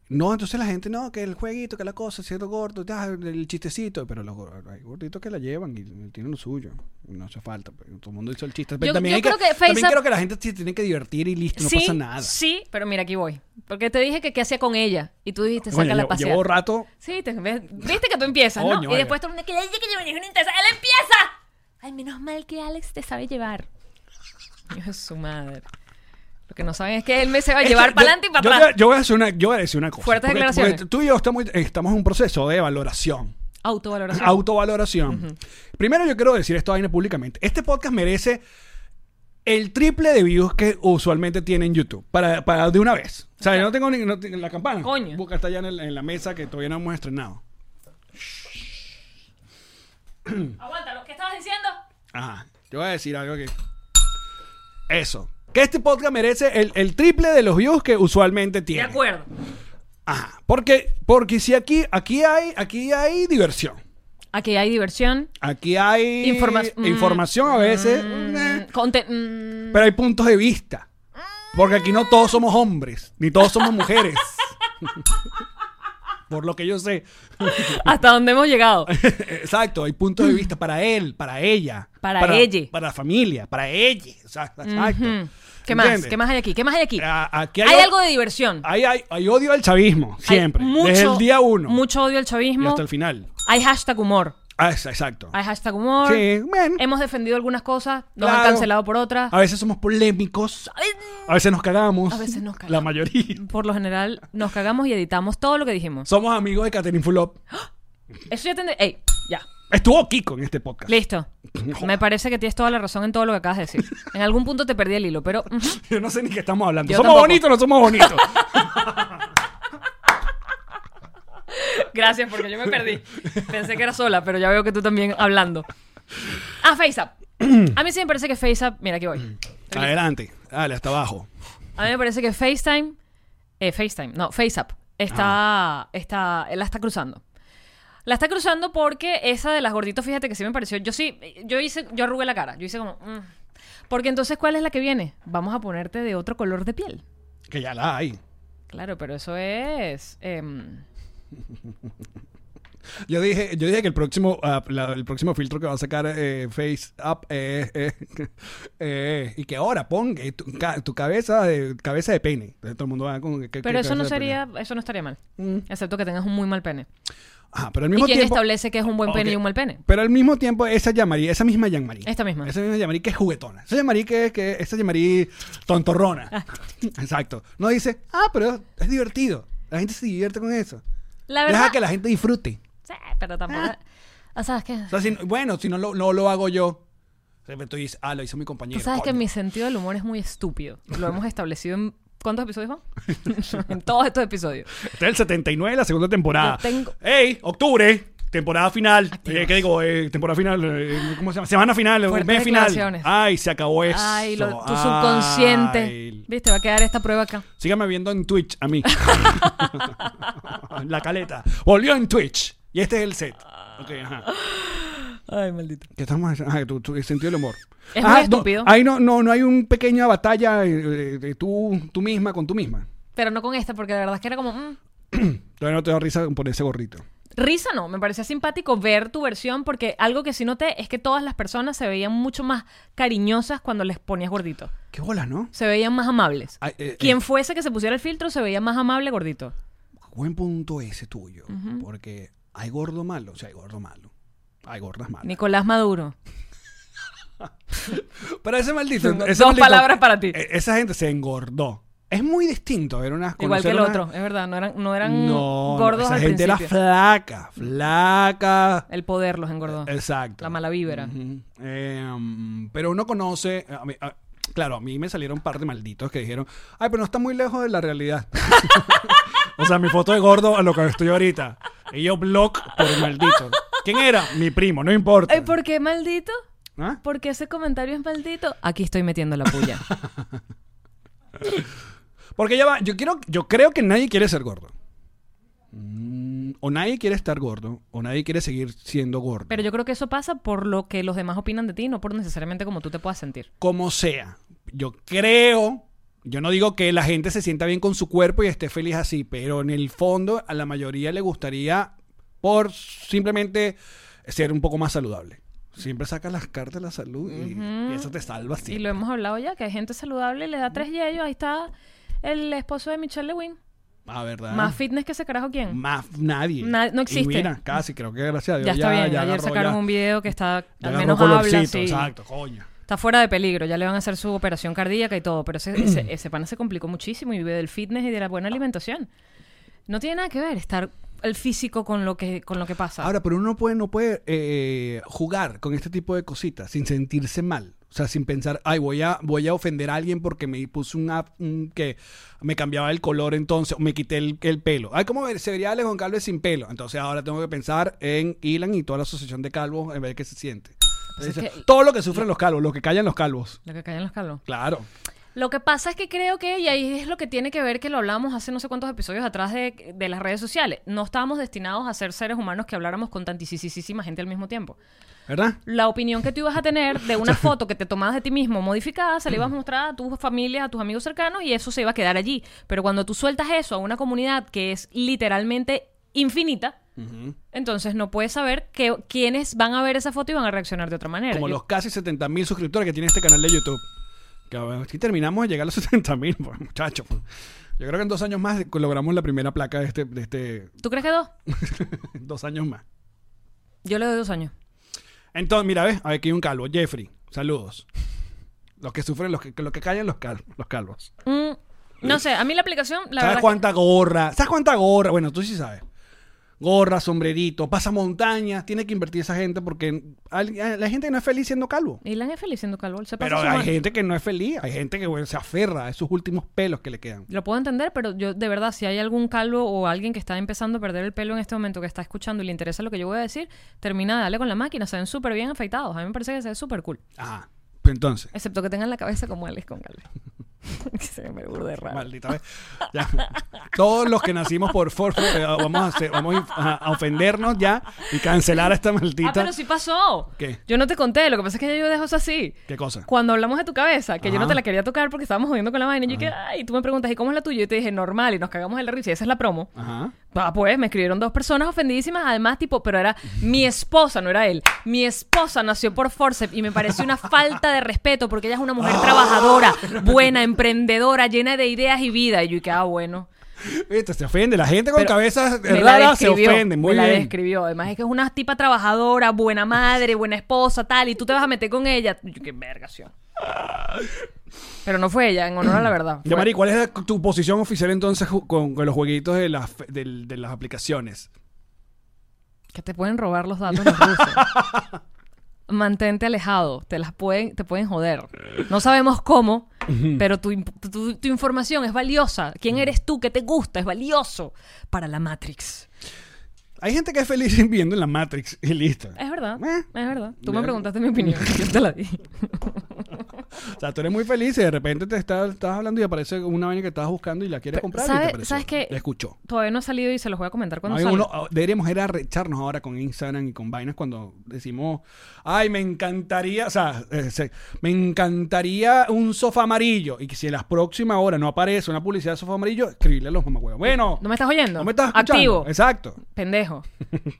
S2: No, entonces la gente, no, que el jueguito, que la cosa, siendo gordo, ya, el chistecito. Pero los gor- hay gorditos que la llevan y tienen lo suyo. No hace falta. pero Todo el mundo hizo el chiste. Pero
S1: Yo-
S2: también,
S1: yo
S2: hay
S1: creo que
S2: también
S1: FaceApp-
S2: creo que la gente se tiene que divertir y listo, no
S1: sí,
S2: pasa nada.
S1: sí, pero mira, aquí voy. Porque te dije que qué hacía con ella. Y tú dijiste,
S2: Coño,
S1: saca la
S2: llevo-
S1: pasear.
S2: llevo rato.
S1: Sí, te- ves- viste que tú empiezas, ¿no?
S2: Coño,
S1: y
S2: vale.
S1: después tú
S4: Una que le dice que yo manejo una intensa. ¡Él empieza! Ay, menos mal que Alex te sabe llevar.
S1: Hijo de su madre. Lo que no saben es que él me se va a llevar para adelante y
S2: Yo-
S1: para atrás.
S2: Yo, yo voy a hacer una, yo voy a decir una cosa.
S1: Fuertes
S2: Porque-
S1: declaraciones.
S2: porque tú y yo estamos, estamos en un proceso de valoración.
S1: Autovaloración.
S2: Autovaloración. Primero yo quiero decir esto vaina públicamente. Este podcast merece el triple de views que usualmente tiene en YouTube. Para, para de una vez. O sea, yo no tengo ni no tengo- la campana.
S1: Coño.
S2: Busca está allá en, el- en la mesa que todavía no hemos estrenado.
S4: Aguanta, ¿lo que estabas diciendo?
S2: Ajá. Yo voy a decir algo que... Eso. Que este podcast merece el, el triple de los views que usualmente
S1: De
S2: tiene.
S1: acuerdo.
S2: Ajá. Porque, porque si aquí, aquí hay, aquí hay diversión.
S1: Aquí hay diversión.
S2: Aquí hay
S1: Informa- mm,
S2: información a veces, eh,
S1: mm, conte- mm,
S2: pero hay puntos de vista. Porque aquí no todos somos hombres, ni todos somos mujeres. Por lo que yo sé.
S1: hasta dónde hemos llegado.
S2: Exacto, hay puntos de vista para él, para ella.
S1: Para ella.
S2: Para la familia, para ella. Exacto. exacto.
S1: Ujú. ¿Qué más?
S2: ¿Entiendes? Eh,
S1: ¿Qué más hay aquí? ¿Qué más hay aquí?
S2: A- aquí
S1: hay,
S2: hay o-
S1: algo de diversión.
S2: Ahí hay, hay odio al chavismo,
S1: Hay
S2: siempre.
S1: mucho-
S2: desde el día uno.
S1: Mucho odio al
S2: y
S1: chavismo.
S2: hasta el final.
S1: Hay hashtag humor.
S2: Ah, es- exacto.
S1: Hay hashtag humor.
S2: Sí, bueno.
S1: Hemos defendido algunas cosas, nos han
S2: Claro.
S1: cancelado por otras.
S2: A veces somos polémicos. A veces nos cagamos.
S1: A veces nos cagamos.
S2: La mayoría.
S1: Por lo general, nos cagamos y editamos todo lo que dijimos.
S2: Somos amigos de Catherine Fulop.
S1: Eso ya tendré. ¡Ey! Ya.
S2: Estuvo Kiko en este podcast.
S1: Listo. Me parece que tienes toda la razón en todo lo que acabas de decir. En algún punto te perdí el hilo, pero ujú.
S2: Yo no sé ni qué estamos hablando.
S1: Yo
S2: ¿Somos
S1: tampoco.
S2: bonitos o no somos bonitos?
S1: gracias porque yo me perdí. Pensé que era sola, pero ya veo que tú también hablando. Ah, FaceApp. A mí sí me parece que FaceApp, mira aquí voy.
S2: Adelante. Dale, hasta abajo.
S1: A mí me parece que FaceTime, eh, FaceTime, no, FaceApp está, está, la está cruzando. La está cruzando porque esa de las gorditos, fíjate que sí me pareció. Yo sí, yo hice, yo arrugué la cara. Yo hice como, mm. porque entonces cuál es la que viene? Vamos a ponerte de otro color de piel.
S2: Que ya la hay.
S1: Claro, pero eso es. em,
S2: Yo dije, yo dije que el próximo, ah, la- el próximo filtro que va a sacar eh, Face Up es... eh, eh, y que ahora ponga tu, ca- tu cabeza de cabeza de pene. Entonces todo el mundo va con... ¿qué- qué
S1: pero
S2: cabeza
S1: eso no
S2: de pene? Mm.
S1: sería, eso no estaría mal. Excepto que tengas un muy mal pene.
S2: Ajá, pero al
S1: ¿Y
S2: mismo
S1: quién
S2: tiempo...
S1: establece que es un buen pene
S2: Ok.
S1: y un mal pene?
S2: Pero al mismo tiempo, esa llamaría, esa misma llamaría.
S1: Esta misma.
S2: Esa misma llamaría que es juguetona. Esa llamaría que, que esa llamaría tontorrona.
S1: Ah.
S2: Exacto. No dice, ah, pero es divertido. La gente se divierte con eso.
S1: La verdad-
S2: Deja que Ah. la gente disfrute.
S1: Sí, pero tampoco. O sea, es que.
S2: O sea, si- bueno, si no lo, no lo hago yo. O sea, Tú dices, ah, lo hizo mi compañero.
S1: Tú sabes que
S2: coño.
S1: mi sentido del humor es muy estúpido. Lo hemos establecido en. ¿Cuántos episodios Juan? en todos estos episodios.
S2: Este es el 79 de la segunda temporada.
S1: Yo tengo-
S2: ¡Ey! Octubre. Temporada final.
S1: Activos.
S2: Eh, ¿Qué digo? Eh, temporada final. eh, ¿Cómo se llama? Semana final. eh,
S1: Fuertes
S2: mes final.
S1: declaraciones.
S2: Ay, se acabó eso.
S1: Ay, lo- tu
S2: Ay.
S1: subconsciente. ¿Viste? Va a quedar esta prueba acá.
S2: Sígame viendo en Twitch a mí. la caleta. Volvió en Twitch. Y este es el set. Ok, ajá.
S1: Ay, maldito.
S2: ¿Qué estamos haciendo? Ajá, tu, tu- el sentido del humor.
S1: Es
S2: Ajá,
S1: muy
S2: no,
S1: estúpido.
S2: ahí no, no, no hay una pequeña batalla eh, eh, de tú, tú misma con tú misma.
S1: Pero no con esta, porque la verdad es que era como. mm.
S2: Todavía no te da risa por ese gorrito.
S1: Risa no, me parecía simpático ver tu versión porque algo que sí noté es que todas las personas se veían mucho más cariñosas cuando les ponías gordito.
S2: Qué bolas, ¿no?
S1: Se veían más amables.
S2: Ay, eh,
S1: Quien
S2: eh.
S1: fuese que se pusiera el filtro se veía más amable gordito.
S2: Buen punto ese tuyo. Ah. Porque hay gordo malo. O sea, hay gordo malo. Hay gordas malas.
S1: Nicolás Maduro.
S2: Pero ese maldito.
S1: Tengo
S2: ese
S1: dos
S2: maldito-
S1: palabras para ti.
S2: e- Esa gente se engordó. Es muy distinto ver unas
S1: Igual que
S2: conocer
S1: el
S2: unas-
S1: otro, es verdad. No eran, no eran
S2: No, no,
S1: gordos
S2: esa
S1: al
S2: gente era
S1: principio.
S2: flaca, flaca.
S1: El poder los engordó.
S2: Eh, Exacto.
S1: La mala vibra.
S2: Ujú. Em, pero uno conoce. a mí- a- claro, a mí me salieron un par de malditos que dijeron: Ay, pero no está muy lejos de la realidad. o sea, mi foto de gordo a lo que estoy ahorita. Y yo blog por maldito. ¿Quién era? Mi primo, no importa.
S1: Ay, ¿Por qué maldito?
S2: ¿Ah?
S1: ¿Por qué ese comentario es maldito? Aquí estoy metiendo la puya.
S2: Porque ya va, yo quiero, yo creo que nadie quiere ser gordo. Mm, O nadie quiere estar gordo, o nadie quiere seguir siendo gordo.
S1: Pero yo creo que eso pasa por lo que los demás opinan de ti, no por necesariamente como tú te puedas sentir.
S2: como sea, yo creo, yo no digo que la gente se sienta bien con su cuerpo y esté feliz así, pero en el fondo a la mayoría le gustaría por simplemente ser un poco más saludable. Siempre sacas las cartas de la salud y, y eso te salva
S1: Y lo
S2: siempre.
S1: hemos hablado ya, que hay gente saludable y le da tres yellos. Ahí está el esposo de Michelle Lewin.
S2: Ah, verdad.
S1: Más fitness que ese carajo quién.
S2: Más nadie.
S1: Na-
S2: Y
S1: no existe.
S2: mira, casi, creo que gracias a Dios.
S1: ya está bien. Ayer
S2: agarró,
S1: sacaron
S2: ya-
S1: un video que está
S2: ya
S1: al
S2: agarró
S1: menos habla.
S2: colorcito,
S1: sí.
S2: Exacto, coño.
S1: Está fuera de peligro, ya le van a hacer su operación cardíaca y todo, pero ese, ese, ese pana se complicó muchísimo y vive del fitness y de la buena alimentación. No tiene nada que ver estar el físico con lo que, con lo que pasa.
S2: Ahora, pero uno no puede, no puede eh, jugar con este tipo de cositas sin sentirse mal. O sea, sin pensar, ay, voy a, voy a ofender a alguien porque me puse un app mm, que me cambiaba el color entonces, o me quité el, el pelo. Ay, ¿cómo ver- se vería Alejón Calvo sin pelo? Entonces ahora tengo que pensar en Ilan y toda la asociación de calvos en ver qué se siente.
S1: Pues es
S2: Entonces,
S1: que-
S2: todo lo que sufren los calvos, lo que callan los calvos.
S1: Lo que callan los calvos.
S2: Claro.
S1: Lo que pasa es que creo que, y ahí es lo que tiene que ver que lo hablamos hace no sé cuántos episodios atrás de, de las redes sociales, no estábamos destinados a ser seres humanos que habláramos con tantísima gente al mismo tiempo.
S2: ¿Verdad?
S1: La opinión que tú ibas a tener de una foto que te tomabas de ti mismo modificada, se la ibas a mostrar a tus familias, a tus amigos cercanos y eso se iba a quedar allí. Pero cuando tú sueltas eso a una comunidad que es literalmente infinita, entonces no puedes saber que, quiénes van a ver esa foto y van a reaccionar de otra manera.
S2: Como
S1: Yo-
S2: los casi 70 mil suscriptores que tiene este canal de YouTube. Que a ver, si terminamos de llegar a los 70 mil, pues, muchachos. pues. Yo creo que en dos años más logramos la primera placa de este. De este
S1: ¿Tú crees que dos?
S2: dos años más.
S1: Yo le doy dos años.
S2: Entonces, mira, ves, a ver, aquí hay un calvo. Jeffrey, saludos. Los que sufren, los que, los que callan, los, cal- los calvos.
S1: Mm, no sé, a mí la aplicación, la
S2: ¿Sabes
S1: verdad.
S2: cuánta gorra? ¿Sabes cuánta gorra? Bueno, tú sí sabes. Gorra, sombrerito, pasa montañas. Tiene que invertir esa gente porque al- a- la gente no es feliz siendo calvo.
S1: Que... Ilan es feliz siendo calvo. él se pasa
S2: Pero
S1: su
S2: hay
S1: mano.
S2: gente que no es feliz. Hay gente que bueno, se aferra a esos últimos pelos que le quedan.
S1: Lo puedo entender, pero yo de verdad, si hay algún calvo o alguien que está empezando a perder el pelo en este momento, que está escuchando y le interesa lo que yo voy a decir, termina de darle con la máquina. Se ven súper bien afeitados. A mí me parece que se ve súper cool.
S2: Ajá. Pero entonces.
S1: Excepto que tengan la cabeza como Alex con Calvo. Que se me burde raro. Ah,
S2: Maldita vez. Ya. Todos los que nacimos por Ford eh, vamos, a, hacer- vamos a, a ofendernos ya y cancelar a esta maldita.
S1: Ah, pero sí pasó.
S2: ¿Qué?
S1: Yo no te conté. Lo que pasa es que ya yo dejo eso así.
S2: ¿Qué cosa?
S1: Cuando hablamos de tu cabeza, que yo no
S2: Ajá.
S1: te la quería tocar porque estábamos jodiendo con la vaina. Y yo que, ay, tú me preguntas, ¿y cómo es la tuya? Y te dije, normal. Y nos cagamos en la risa. Y esa es la promo.
S2: Ajá.
S1: Ah, pues me escribieron dos personas ofendidísimas, además, tipo, pero era mi esposa, no era él. Mi esposa nació por forceps y me pareció una falta de respeto porque ella es una mujer trabajadora, buena, emprendedora, llena de ideas y vida. Y yo, y que, ah, bueno.
S2: Viste, se ofende. La gente con
S1: Pero
S2: cabezas
S1: me la
S2: raras se
S1: describió,
S2: ofende. Muy
S1: me la
S2: bien.
S1: describió. Además, es que es una tipa trabajadora, buena madre, buena esposa, tal, y tú te vas a meter con ella. Yo, qué verga, sí. Pero no fue ella, en honor a la verdad.
S2: Ya,
S1: Fue-
S2: Mari, ¿cuál es la- tu posición oficial entonces ju- con, con los jueguitos de las, fe- del- de las aplicaciones?
S1: Que te pueden robar los datos los rusos. Mantente alejado, te las pueden, te pueden joder. No sabemos cómo, pero tu, imp- tu- tu- tu información es valiosa. ¿Quién eres tú? ¿Qué te gusta? Es valioso para la Matrix.
S2: Hay gente que es feliz viendo en la Matrix y listo.
S1: Es verdad,
S2: Eh.
S1: es verdad. Tú
S2: Mira.
S1: me preguntaste mi opinión, yo te la di.
S2: O sea, tú eres muy feliz y de repente te está- estás hablando y aparece una vaina que estabas buscando y la quieres
S1: Pero,
S2: comprar.
S1: ¿sabe-
S2: y te apareció.
S1: sabes qué?
S2: La escuchó.
S1: Todavía no ha salido y se los voy a comentar cuando
S2: Hay
S1: salga.
S2: uno- ah, deberíamos ir a recharnos ahora con Instagram y con vainas cuando decimos, ay, me encantaría, o sea, eh, se- me encantaría un sofá amarillo. Y que si en la próxima hora no aparece una publicidad de sofá amarillo, escribirle a los mamagüeos. Bueno,
S1: ¿No me estás oyendo?
S2: no me estás escuchando.
S1: Activo.
S2: Exacto.
S1: Pendejo.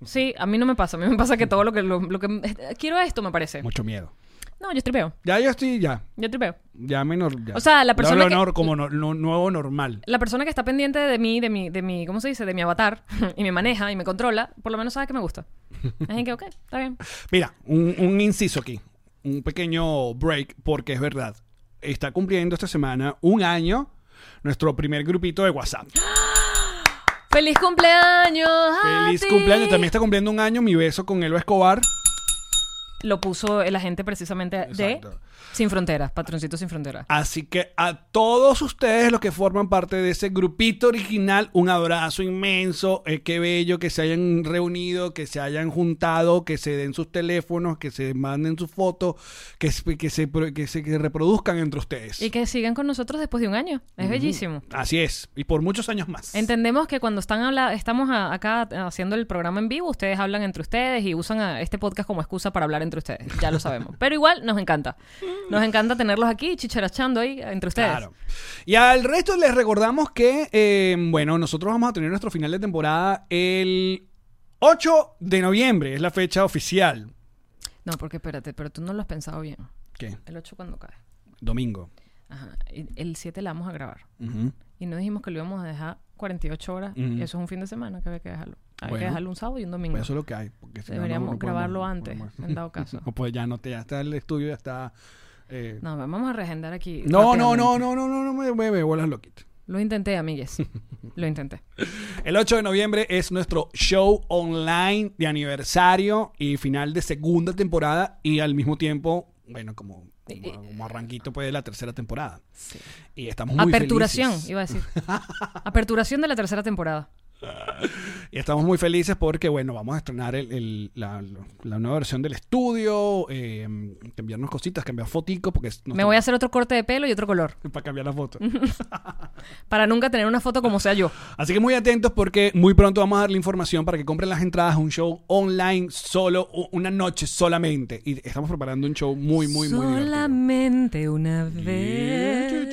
S1: Sí, a mí no me pasa. A mí me pasa que todo lo que... Lo, lo que eh, quiero esto, me parece.
S2: Mucho miedo.
S1: No, yo tripeo.
S2: Ya yo estoy, ya.
S1: Yo tripeo.
S2: Ya menor. ya.
S1: O sea, la
S2: Ya
S1: persona
S2: lo
S1: que-
S2: nor- como no- no- nuevo normal.
S1: la persona que está pendiente de mí, de mi, de mi, ¿cómo se dice? De mi avatar y me maneja y me controla, por lo menos sabe que me gusta. Así que, ok, está bien.
S2: Mira, un, un inciso aquí. un pequeño break porque es verdad. Está cumpliendo esta semana un año nuestro primer grupito de WhatsApp.
S1: ¡Feliz cumpleaños! a
S2: Feliz
S1: ti!
S2: cumpleaños. También está cumpliendo un año mi beso con Elba Escobar.
S1: Lo puso la gente precisamente de
S2: Exacto.
S1: Sin Fronteras, Patroncito Sin Fronteras.
S2: Así que a todos ustedes los que forman parte de ese grupito original, un abrazo inmenso. Eh, qué bello que se hayan reunido, que se hayan juntado, que se den sus teléfonos, que se manden sus fotos, que, se- que se, pro- que se que reproduzcan entre ustedes.
S1: Y que sigan con nosotros después de un año. Es bellísimo.
S2: Así es, y por muchos años más.
S1: Entendemos que cuando están habla estamos a- acá haciendo el programa en vivo, ustedes hablan entre ustedes y usan a este podcast como excusa para hablar entre ustedes. Ya lo sabemos. Pero igual nos encanta. Nos encanta tenerlos aquí chicharachando ahí entre ustedes.
S2: Claro. Y al resto les recordamos que, eh, bueno, nosotros vamos a tener nuestro final de temporada el 8 de noviembre, es la fecha oficial.
S1: No, porque espérate, pero tú no lo has pensado bien.
S2: ¿Qué?
S1: El 8 cuando cae.
S2: Domingo.
S1: Ajá. Y El 7 la vamos a grabar.
S2: Ujú.
S1: Y no dijimos que lo íbamos a dejar 48 horas.
S2: Ujú.
S1: Eso es un fin de semana que había que dejarlo. Había que
S2: Bueno.
S1: dejarlo un sábado y un domingo.
S2: Pues eso es lo que hay. porque si no, no-
S1: Deberíamos
S2: no podemos-
S1: grabarlo
S2: no
S1: antes,
S2: podemos.
S1: en dado caso.
S2: No, pues ya no te, ya está el estudio, ya está. eh,
S1: No, vamos a reagendar aquí.
S2: No, no,
S1: rápidamente.
S2: no, no, no, no, no me, me, me vuelas loquito.
S1: Lo intenté, amigues. Lo intenté.
S2: El 8 de noviembre es nuestro show online de aniversario y final de segunda temporada y al mismo tiempo, bueno, como, como, como arranquito pues de la tercera temporada. Y estamos muy
S1: Aperturación,
S2: felices.
S1: iba a decir. Aperturación de la tercera temporada.
S2: Y estamos muy felices porque, bueno, vamos a estrenar el- el- la, la nueva versión del estudio, eh, cambiarnos cositas, cambiar fotico porque... es- no
S1: Me voy a hacer otro corte de pelo y otro color.
S2: Para cambiar la foto.
S1: Para nunca tener una foto como sea yo.
S2: Así que muy atentos porque muy pronto vamos a darle información para que compren las entradas a un show online solo, u- una noche solamente. Y estamos preparando un show muy, muy, muy divertido.
S1: Solamente una vez.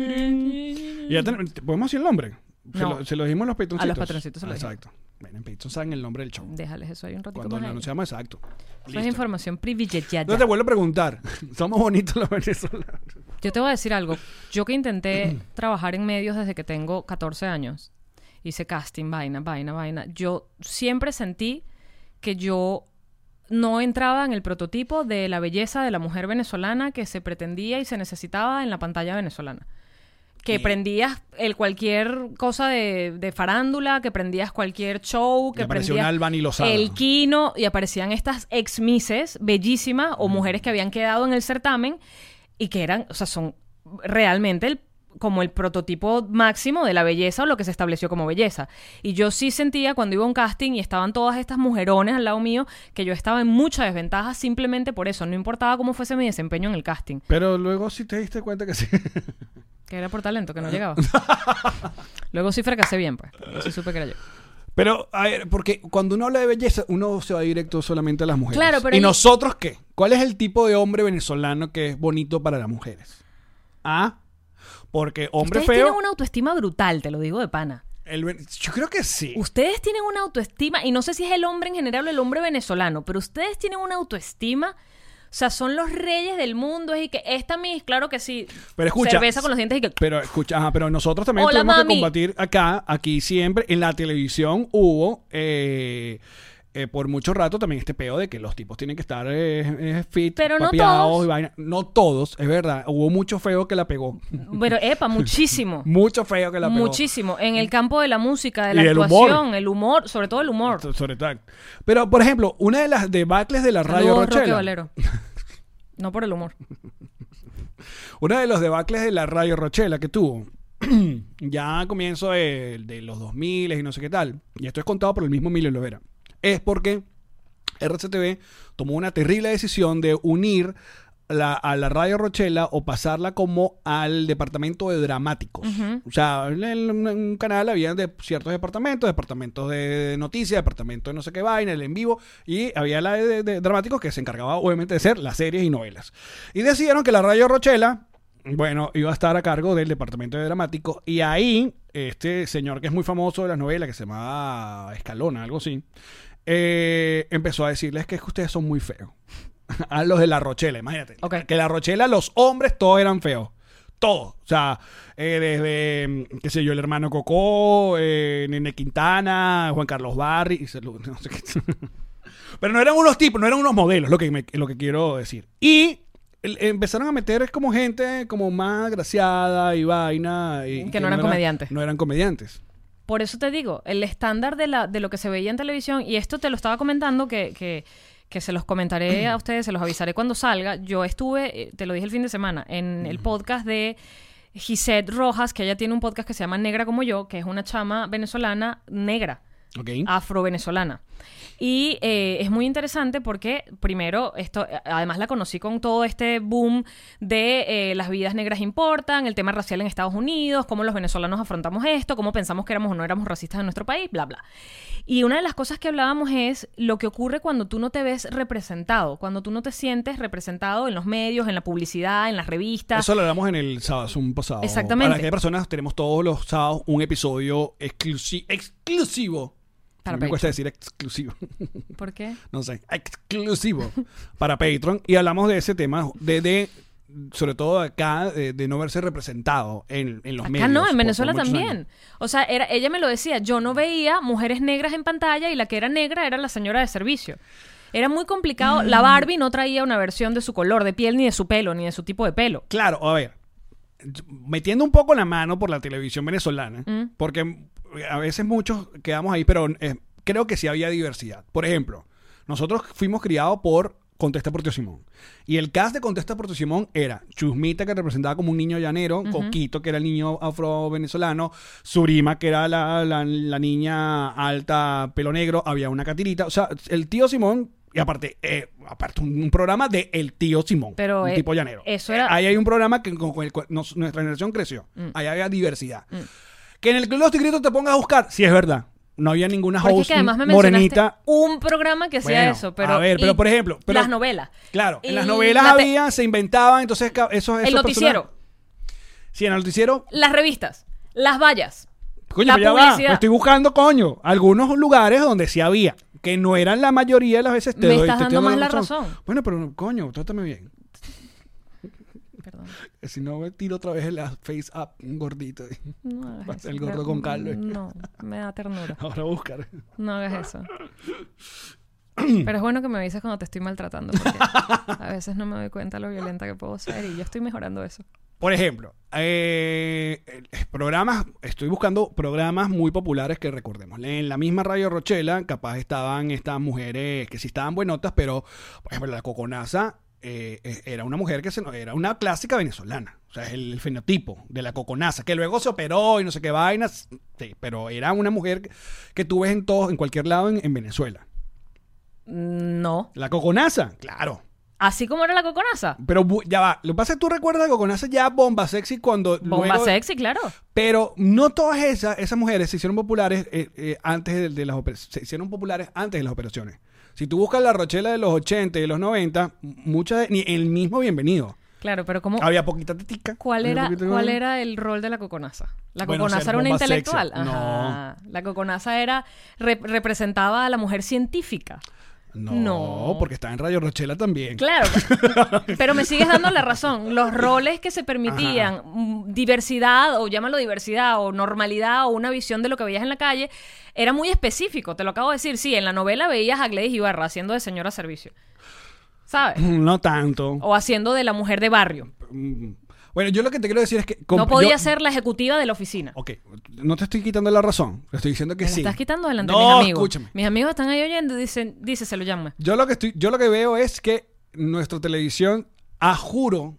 S2: Y ya ten- ¿Podemos decir el nombre? Se,
S1: No.
S2: lo, se lo dijimos a los patroncitos.
S1: A los patroncitos se lo dijimos.
S2: Exacto. Bueno, en Patreon saben el nombre del show.
S1: Déjales eso ahí un ratito
S2: Cuando
S1: más.
S2: lo
S1: ahí.
S2: anunciamos, exacto.
S1: Eso es información privilegiada.
S2: No te vuelvo a preguntar. Somos bonitos los venezolanos.
S1: Yo te voy a decir algo. Yo que intenté trabajar en medios desde que tengo 14 años, hice casting, vaina, vaina, vaina. Yo siempre sentí que yo no entraba en el prototipo de la belleza de la mujer venezolana que se pretendía y se necesitaba en la pantalla venezolana. Que prendías el cualquier cosa de, de farándula, que prendías cualquier show, que
S2: Y apareció
S1: prendías
S2: un Albany Lozada.
S1: el Quino y aparecían estas ex misses bellísimas o mujeres que habían quedado en el certamen y que eran, o sea, son realmente el- como el prototipo máximo de la belleza o lo que se estableció como belleza. Y yo sí sentía cuando iba a un casting y estaban todas estas mujerones al lado mío que yo estaba en mucha desventaja simplemente por eso, no importaba cómo fuese mi desempeño en el casting,
S2: Pero luego sí te diste cuenta que sí.
S1: que era por talento, que no llegaba. Luego sí fracasé bien, pues. Yo sí supe que era yo.
S2: Pero, a ver, porque cuando uno habla de belleza, uno se va directo solamente a las mujeres.
S1: Claro, pero
S2: ¿Y
S1: ahí-
S2: nosotros qué? ¿Cuál es el tipo de hombre venezolano que es bonito para las mujeres? ¿Ah? Porque hombre
S1: Ustedes
S2: feo.
S1: tienen una autoestima brutal, te lo digo de pana.
S2: el ven- yo creo que sí.
S1: Ustedes tienen una autoestima, y no sé si es el hombre en general o el hombre venezolano, pero ustedes tienen una autoestima. O sea, son los reyes del mundo. Es y que esta mis, claro que sí.
S2: Pero escucha.
S1: Cerveza con los dientes y que.
S2: Pero escucha, ajá, pero nosotros también
S1: Hola,
S2: tuvimos que
S1: mami.
S2: combatir acá, aquí siempre, en la televisión hubo eh, eh, por mucho rato también este peo de que los tipos tienen que estar eh, eh, fit,
S1: Pero no
S2: papeados
S1: todos.
S2: y vaina. No todos, es verdad. Hubo mucho feo que la pegó.
S1: Pero, epa, muchísimo.
S2: Mucho feo que la pegó.
S1: muchísimo. En el campo de la música, de
S2: Y
S1: la
S2: del humor.
S1: actuación, el humor, sobre todo el humor.
S2: So- Sobre todo. Pero, por ejemplo, una de las debacles de la radio
S1: Saludos, Roque
S2: Rochela.
S1: Valero. No por el humor.
S2: Una de los debacles de la radio Rochela que tuvo. ya a comienzo de, de los 2000 y no sé qué tal. Y esto es contado por el mismo Emilio Lovera. Es porque RCTV tomó una terrible decisión de unir la- a la radio Rochela o pasarla como al departamento de dramáticos. O sea, en el- en un canal había de ciertos departamentos, departamentos de noticias, departamentos de no sé qué vaina, el en vivo, y había la de, de dramáticos que se encargaba obviamente de hacer las series y novelas. Y decidieron que la radio Rochela, bueno, iba a estar a cargo del departamento de dramáticos, y ahí este señor que es muy famoso de las novelas, que se llamaba Escalona, algo así, eh, empezó a decirles que es que ustedes son muy feos. a los de la Rochela, imagínate.
S1: Ok.
S2: Que la Rochela, los hombres, todos eran feos. Todos. O sea, eh, desde, mm, qué sé yo, el hermano Cocó, eh, Nene Quintana, Juan Carlos Barri, y se lo- no sé qué. Pero no eran unos tipos, no eran unos modelos, lo que, me- lo que quiero decir. Y el- empezaron a meter como gente como más graciada y vaina. y-
S1: Que
S2: y
S1: no eran comediantes.
S2: No eran comediantes.
S1: Por eso te digo, el estándar de, la, de lo que se veía en televisión, y esto te lo estaba comentando que, que, que se los comentaré a ustedes, se los avisaré cuando salga. Yo estuve, eh, te lo dije el fin de semana, en el podcast de Gisette Rojas, que ella tiene un podcast que se llama Negra como yo, que es una chama venezolana negra
S2: ¿Ok?
S1: Ah, afro-venezolana. Y eh, es muy interesante porque, primero, esto, eh, además la conocí con todo este boom de eh, las vidas negras importan, el tema racial en Estados Unidos, cómo los venezolanos afrontamos esto, cómo pensamos que éramos o no éramos racistas en nuestro país, bla, bla. Y una de las cosas que hablábamos es lo que ocurre cuando tú no te ves representado, cuando tú no te sientes representado en los medios, en la publicidad, en las revistas.
S2: Eso lo hablamos en el sábado Zoom pasado.
S1: Exactamente.
S2: Para que personas tenemos todos los sábados un episodio exclusi- exclusivo.
S1: Para
S2: me
S1: Patreon.
S2: cuesta decir exclusivo.
S1: ¿Por qué?
S2: no sé, exclusivo para Patreon. Y hablamos de ese tema, de, de sobre todo acá, de, de no verse representado en, en los medios.
S1: Acá Ah, no,
S2: por-
S1: en
S2: por
S1: Venezuela
S2: muchos
S1: también.
S2: años.
S1: O sea, era, ella me lo decía, yo no veía mujeres negras en pantalla y la que era negra era la señora de servicio. Era muy complicado.
S2: Mm.
S1: La Barbie no traía una versión de su color de piel, ni de su pelo, ni de su tipo de pelo.
S2: Claro, a ver, metiendo un poco la mano por la televisión venezolana,
S1: Mm.
S2: porque a veces muchos quedamos ahí, pero eh, creo que sí había diversidad. Por ejemplo, nosotros fuimos criados por Contesta por Tío Simón. Y el cast de Contesta por Tío Simón era Chusmita, que representaba como un niño llanero, Coquito, que era el niño afro-venezolano, Surima, que era la, la- la niña alta, pelo negro, había una catirita. O sea, el tío Simón... Y aparte, eh, aparte un, un programa de El Tío Simón,
S1: Pero,
S2: un
S1: eh,
S2: tipo llanero.
S1: eso era-
S2: Ahí hay un programa que, con, con el cual nos- nuestra generación creció.
S1: Mm.
S2: Ahí había diversidad. Que en el Club de los Tigritos te pongas a buscar. Sí, es verdad. No había ninguna
S1: Porque es
S2: host
S1: que además me
S2: morenita.
S1: mencionaste un programa que hacía
S2: Bueno,
S1: eso, pero
S2: a ver,
S1: y
S2: pero por ejemplo, pero-
S1: las novelas.
S2: Claro,
S1: Y
S2: en las novelas
S1: la te-
S2: había, se inventaban, entonces ca- esos, esos
S1: el noticiero,
S2: personajes- Sí, en el noticiero.
S1: las revistas, las vallas.
S2: Coño,
S1: La
S2: pero ya va,
S1: publicidad.
S2: me estoy buscando, coño, algunos lugares donde sí había, que no eran la mayoría de las veces. Te
S1: Me
S2: doy-
S1: estás
S2: te estoy
S1: dando más la razón.
S2: Bueno, pero coño, trátame bien.
S1: Perdón.
S2: Si no, me tiro otra vez la face up un gordito.
S1: No hagas
S2: Va a ser
S1: eso.
S2: el gordo con caldo.
S1: No, me da ternura.
S2: Ahora buscar.
S1: No hagas eso. Pero es bueno que me avises cuando te estoy maltratando, porque a veces no me doy cuenta lo violenta que puedo ser y yo estoy mejorando eso.
S2: Por ejemplo, eh, eh, programas, estoy buscando programas muy populares que recordemos. En la misma Radio Rochela, capaz estaban estas mujeres que sí estaban buenotas, pero, por ejemplo, la Coconaza eh, eh, era una mujer que se, no- era una clásica venezolana. O sea, es el, el fenotipo de la Coconaza, que luego se operó y no sé qué vainas, sí, pero era una mujer que, que tú ves en todos, en cualquier lado en, en Venezuela.
S1: No.
S2: La Coconaza, claro.
S1: Así como era la coconaza.
S2: Pero bu- ya va, lo que pasa es que tú recuerdas a Coconaza ya bomba sexy cuando...
S1: Bomba
S2: luego-
S1: sexy, claro.
S2: Pero no todas esas, esas mujeres se hicieron populares eh, eh, antes de, de las operaciones. Se hicieron populares antes de las operaciones. Si tú buscas la Rochela de los 80 y de los 90, muchas de- ni el mismo bienvenido.
S1: Claro, pero como...
S2: Había poquita tetica.
S1: ¿Cuál
S2: había
S1: era,
S2: poquito-
S1: ¿Cuál era el rol de la coconaza? La
S2: Bueno,
S1: coconaza
S2: ser
S1: era una
S2: bomba sexy.
S1: intelectual. Ajá. La coconaza era re- representaba a la mujer científica.
S2: No,
S1: No.
S2: porque está en Radio Rochela también.
S1: Claro, pero me sigues dando la razón. Los roles que se permitían, mm, diversidad, o llámalo diversidad, o normalidad, o una visión de lo que veías en la calle, era muy específico. Te lo acabo de decir. Sí, en la novela veías a Gladys Ibarra haciendo de señora servicio. ¿Sabes?
S2: No tanto.
S1: O haciendo de la mujer de barrio.
S2: Mm. Bueno, yo lo que te quiero decir es que...
S1: No
S2: comp-
S1: podía
S2: yo-
S1: ser la ejecutiva de la oficina.
S2: Ok, no te estoy quitando la razón. Te estoy diciendo que
S1: Me la
S2: sí.
S1: estás quitando delante
S2: no,
S1: de mis amigos.
S2: escúchame.
S1: Mis amigos están ahí oyendo y dicen, dice, se lo llama.
S2: Yo lo que estoy, yo lo que veo es que nuestra televisión, a juro,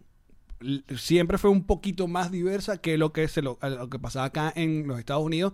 S2: l- siempre fue un poquito más diversa que lo que se lo, a lo que pasaba acá en los Estados Unidos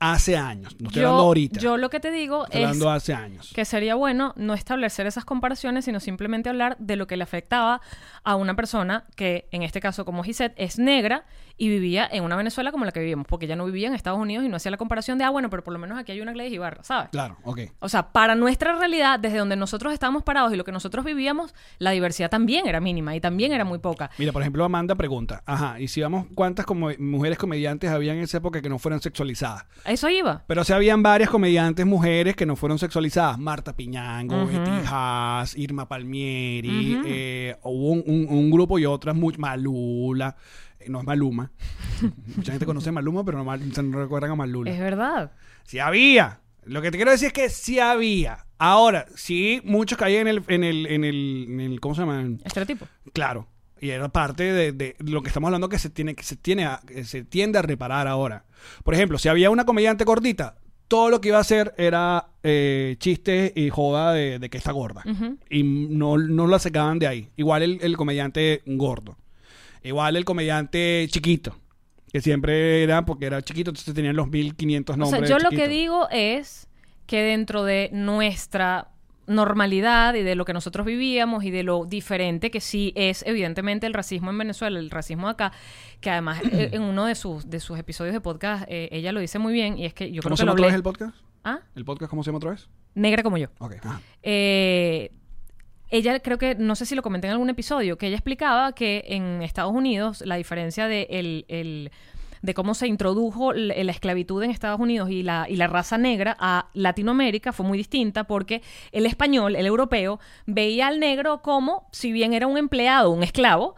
S2: hace años. No estoy
S1: yo,
S2: hablando ahorita.
S1: yo lo que te digo
S2: estoy
S1: es
S2: hablando hace años.
S1: que sería bueno no establecer esas comparaciones, sino simplemente hablar de lo que le afectaba a una persona que, en este caso, como Gisette, es negra y vivía en una Venezuela como la que vivimos, porque ella no vivía en Estados Unidos y no hacía la comparación de, ah, bueno, pero por lo menos aquí hay una Gladys Ibarra, ¿sabes?
S2: Claro, ok.
S1: O sea, para nuestra realidad, desde donde nosotros estábamos parados y lo que nosotros vivíamos, la diversidad también era mínima y también era muy poca.
S2: Mira, por ejemplo, Amanda pregunta, ajá, y si vamos, ¿cuántas como mujeres comediantes habían en esa época que no fueran sexualizadas?
S1: ¿A eso iba?
S2: Pero se habían varias comediantes mujeres que no fueron sexualizadas. Marta Piñango, Betty Haas, Irma Palmieri. eh, hubo un, un- un grupo y otras, muy, Malula. eh, no es Maluma. Mucha gente conoce a Maluma, pero no, mal- no recuerdan a Malula.
S1: Es verdad.
S2: Sí había. Lo que te quiero decir es que sí había. Ahora, sí, muchos caían en el, en el, en el, en el- ¿cómo se llama? En-
S1: Estereotipo.
S2: Claro. Y era parte de, de lo que estamos hablando que se tiene, que se tiene a- que se tiende a reparar ahora. Por ejemplo, si había una comediante gordita, todo lo que iba a hacer era eh, chistes y joda de, de que está gorda. Y no, no la sacaban de ahí. Igual el, el comediante gordo. Igual el comediante chiquito. Que siempre era porque era chiquito, entonces tenían los 15500
S1: O
S2: nombres.
S1: sea,
S2: de
S1: yo lo
S2: chiquito.
S1: que digo es que dentro de nuestra normalidad y de lo que nosotros vivíamos y de lo diferente que sí es evidentemente el racismo en Venezuela, el racismo acá, que además eh, en uno de sus de sus episodios de podcast eh, ella lo dice muy bien y es que yo creo
S2: ¿Cómo se
S1: que
S2: llama
S1: lo
S2: otra
S1: hablé.
S2: vez el podcast?
S1: ¿Ah?
S2: ¿El podcast cómo se llama otra vez?
S1: Negra como yo.
S2: Ok. ajá.
S1: Eh, ella creo que, no sé si lo comenté en algún episodio, que ella explicaba que en Estados Unidos la diferencia de, el, el- de cómo se introdujo l- la esclavitud en Estados Unidos y la, y la raza negra a Latinoamérica fue muy distinta porque el español, el europeo, veía al negro como, si bien era un empleado, un esclavo,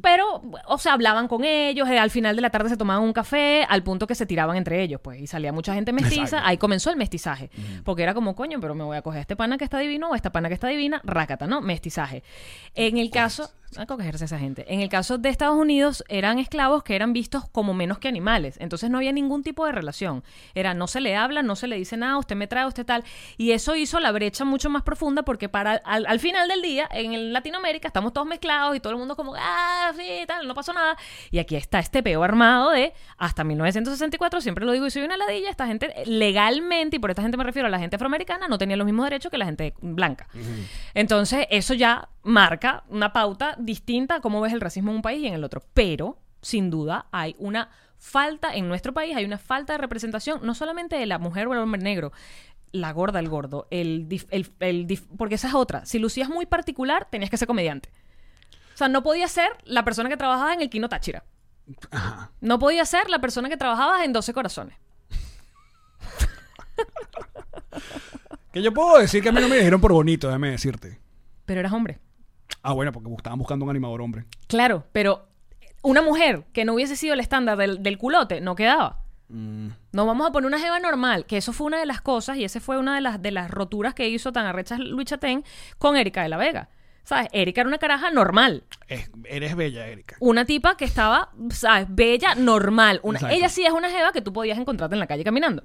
S1: pero, o sea, hablaban con ellos, eh, al final de la tarde se tomaban un café, al punto que se tiraban entre ellos, pues, y salía mucha gente mestiza,
S2: Exacto.
S1: ahí comenzó el mestizaje. Porque era como, coño, pero me voy a coger a este pana que está divino o a esta pana que está divina, rácata, ¿no? Mestizaje. En el caso. A cogerse a esa gente. En el caso de Estados Unidos, eran esclavos que eran vistos como menos que animales. Entonces no había ningún tipo de relación. Era no se le habla, no se le dice nada, usted me trae, usted tal. Y eso hizo la brecha mucho más profunda porque para al, al final del día, en el Latinoamérica, estamos todos mezclados y todo el mundo como, ah, sí, tal, no pasó nada. Y aquí está este peo armado de hasta 1964, siempre lo digo y soy una ladilla, esta gente eh, legalmente, y por esta gente me refiero a la gente afroamericana, no tenía los mismos derechos que la gente blanca. Entonces, eso ya marca una pauta distinta a cómo ves el racismo en un país y en el otro. Pero, sin duda, hay una falta en nuestro país, hay una falta de representación, no solamente de la mujer o el hombre negro, la gorda, el gordo, el, dif- el- el dif- porque esa es otra. Si lucías muy particular, tenías que ser comediante. O sea, no podía ser la persona que trabajaba en el Kino Táchira. No podía ser la persona que trabajaba en 12 corazones.
S2: Que yo puedo decir que a mí no me dijeron por bonito, déjame decirte.
S1: Pero eras hombre.
S2: Ah, bueno, porque estaban buscando un animador hombre.
S1: Claro, pero una mujer que no hubiese sido el estándar del, del culote no quedaba. No vamos a poner una jeva normal, que eso fue una de las cosas y esa fue una de las, de las roturas que hizo tan arrechas Luis Chatén con Erika de la Vega. ¿Sabes? Erika era una caraja normal.
S2: Es- eres bella, Erika.
S1: Una tipa que estaba, ¿sabes? Bella, normal. Una,
S2: Exacto.
S1: ella sí es una jeva que tú podías encontrarte en la calle caminando.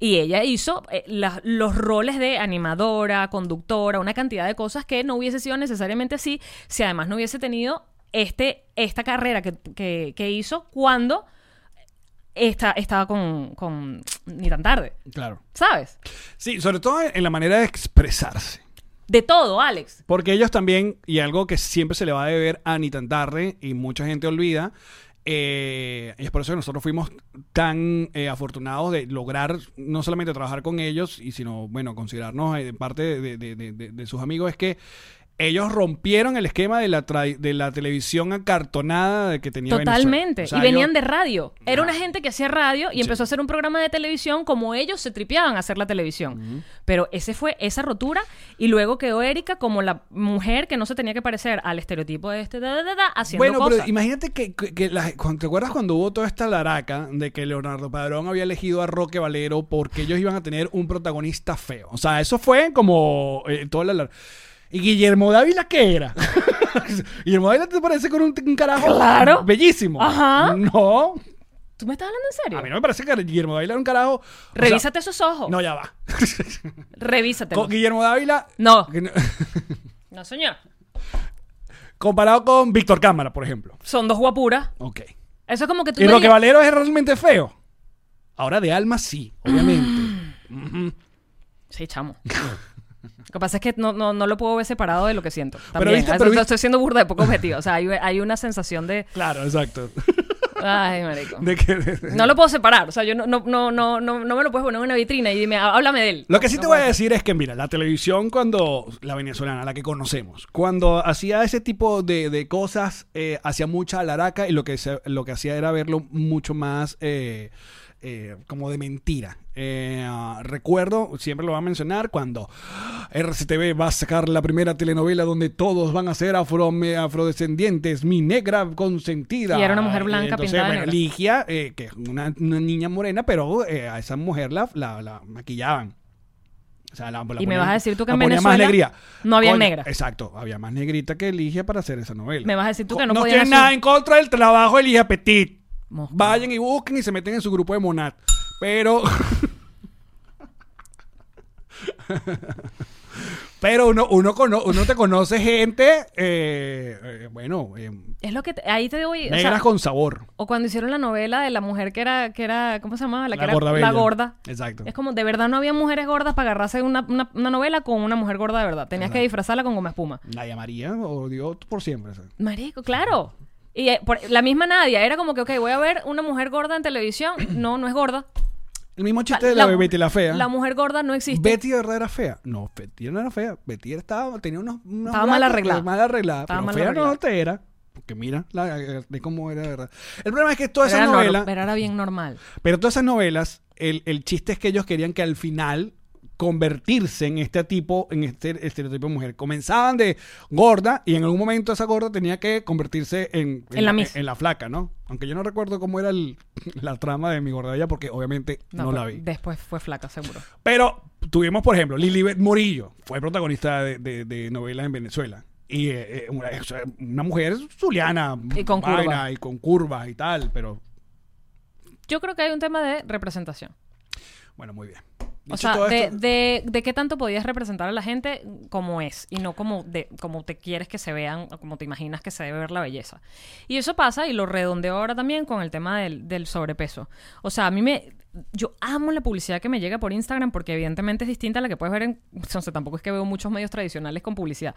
S1: Y ella hizo eh, las- los roles de animadora, conductora, una cantidad de cosas que no hubiese sido necesariamente así si además no hubiese tenido este, esta carrera que, que- que hizo cuando esta, estaba con, con ni tan tarde.
S2: Claro.
S1: ¿Sabes?
S2: Sí, sobre todo en la manera de expresarse.
S1: De todo, Alex.
S2: Porque ellos también, y algo que siempre se le va a deber a Ni tan tarde, y mucha gente olvida, eh, y es por eso que nosotros fuimos tan eh, afortunados de lograr no solamente trabajar con ellos, y sino, bueno, considerarnos eh, parte de, de- de- de- de sus amigos, es que ellos rompieron el esquema de la, tra- de la televisión acartonada de que tenía
S1: Totalmente.
S2: Venezuela. O sea,
S1: y venían
S2: ellos-
S1: de radio. Era una gente que hacía radio y empezó a hacer un programa de televisión como ellos se tripeaban a hacer la televisión. Pero ese fue esa rotura y luego quedó Erika como la mujer que no se tenía que parecer al estereotipo de este da, da, da, da, haciendo
S2: Bueno,
S1: cosas.
S2: pero imagínate que, que- que la- cuando- ¿te acuerdas cuando hubo toda esta laraca de que Leonardo Padrón había elegido a Roque Valero porque ellos iban a tener un protagonista feo? O sea, eso fue como eh, toda la lar- ¿Y Guillermo Dávila qué era? Guillermo Dávila te parece con un, un carajo
S1: Claro.
S2: bellísimo.
S1: Ajá.
S2: No.
S1: ¿Tú me estás hablando en serio?
S2: A mí no me parece que Guillermo Dávila era un carajo. o sea,
S1: Revísate esos ojos.
S2: no, ya va.
S1: Revísate.
S2: Con Guillermo Dávila.
S1: No.
S2: que no-
S1: No, señor.
S2: comparado con Víctor Cámara, por ejemplo.
S1: Son dos guapuras.
S2: Ok.
S1: Eso es como que tú
S2: Y
S1: me
S2: Roque
S1: digas-
S2: Valero es realmente feo. Ahora de alma sí, obviamente.
S1: Sí, chamo. Lo que pasa es que no, no, no lo puedo ver separado de lo que siento. También.
S2: viste,
S1: Eso-
S2: pero viste-
S1: Estoy siendo burda de poco objetivo. O sea, hay, hay una sensación de...
S2: claro, exacto.
S1: Ay, marico.
S2: De que- de- de-
S1: No lo puedo separar, o sea, yo no, no, no, no, no, no me lo puedes poner en una vitrina y dime, "Ah, háblame de él.
S2: Lo que sí
S1: No
S2: te voy a
S1: puedo.
S2: decir es que, mira, la televisión cuando, la venezolana, la que conocemos, cuando hacía ese tipo de, de cosas, eh, hacía mucha alaraca y lo que, se- lo que hacía era verlo mucho más eh, eh, como de mentira. Eh, ah, recuerdo, siempre lo voy a mencionar, cuando RCTV va a sacar la primera telenovela donde todos van a ser afro, me- afrodescendientes, mi negra consentida. Eh,
S1: Y era una mujer blanca
S2: entonces,
S1: pintada de
S2: bueno,
S1: negra.
S2: Ligia, eh, que es una, una niña morena, pero eh, a esa mujer la- la- la maquillaban. O sea, la- la
S1: Y me
S2: ponían-
S1: vas a decir tú que
S2: la
S1: en
S2: ponían
S1: Venezuela
S2: más negra.
S1: no había negra.
S2: Exacto, había más negrita que Eligia para hacer esa novela.
S1: Me vas a decir tú que no
S2: No
S1: podían
S2: tienen
S1: hacer-
S2: nada en contra del trabajo de Eligia Petit.
S1: Mosca.
S2: Vayan y busquen y se meten en su grupo de Monat. Pero. Pero uno, uno, cono- uno te conoce gente, eh, eh, bueno, eh,
S1: Es lo que te- ahí te digo. y- O,
S2: negras
S1: sea,
S2: con sabor.
S1: o cuando hicieron la novela de la mujer que era, que era ¿cómo se llamaba?
S2: La
S1: La, que era-
S2: gorda bella.
S1: La gorda.
S2: Exacto.
S1: Es como, de verdad no había mujeres gordas para agarrarse una, una, una novela con una mujer gorda de verdad. Tenías que disfrazarla con goma espuma.
S2: Nadia María o Dios por siempre. ¿sabes?
S1: Marico, claro. Y eh, por- la misma Nadia. Era como que, ok, voy a ver una mujer gorda en televisión. No, no es gorda.
S2: El mismo chiste de la,
S1: mu-
S2: Betty la fea.
S1: La mujer gorda no existe.
S2: Betty de verdad era fea. No, Betty no era fea. Betty estaba, tenía unos, unos
S1: Estaba mal
S2: blancos,
S1: arreglada.
S2: pero Mal arreglada.
S1: Estaba
S2: pero
S1: mal
S2: fea
S1: arreglada.
S2: no te era. Porque mira la- de cómo era de verdad. El problema es que toda
S1: Pero
S2: esa
S1: era nor-
S2: novela.
S1: pero era bien normal.
S2: Pero todas esas novelas, el, el chiste es que ellos querían que al final convertirse en este tipo, en este estereotipo de mujer. Comenzaban de gorda y en algún momento esa gorda tenía que convertirse en,
S1: En la Miss.
S2: en la flaca, ¿no? Aunque yo no recuerdo cómo era el- la trama de mi gorda Bella porque obviamente no,
S1: pero
S2: la vi.
S1: Después fue flaca, seguro.
S2: Pero tuvimos, por ejemplo, Lilibet Morillo, fue protagonista de, de- de novelas en Venezuela. Y eh, eh, una, o sea, una mujer zuliana,
S1: Y con
S2: vaina,
S1: curvas.
S2: y con curvas y tal, pero
S1: Yo creo que hay un tema de representación.
S2: bueno, muy bien.
S1: O
S2: Dicho
S1: sea,
S2: todo
S1: de,
S2: esto-
S1: de, de qué tanto podías representar a la gente como es y no como, de, como te quieres que se vean o como te imaginas que se debe ver la belleza. Y eso pasa, y lo redondeo ahora también con el tema del, del sobrepeso. O sea, a mí me... Yo amo la publicidad que me llega por Instagram porque evidentemente es distinta a la que puedes ver en... No sé, tampoco es que veo muchos medios tradicionales con publicidad.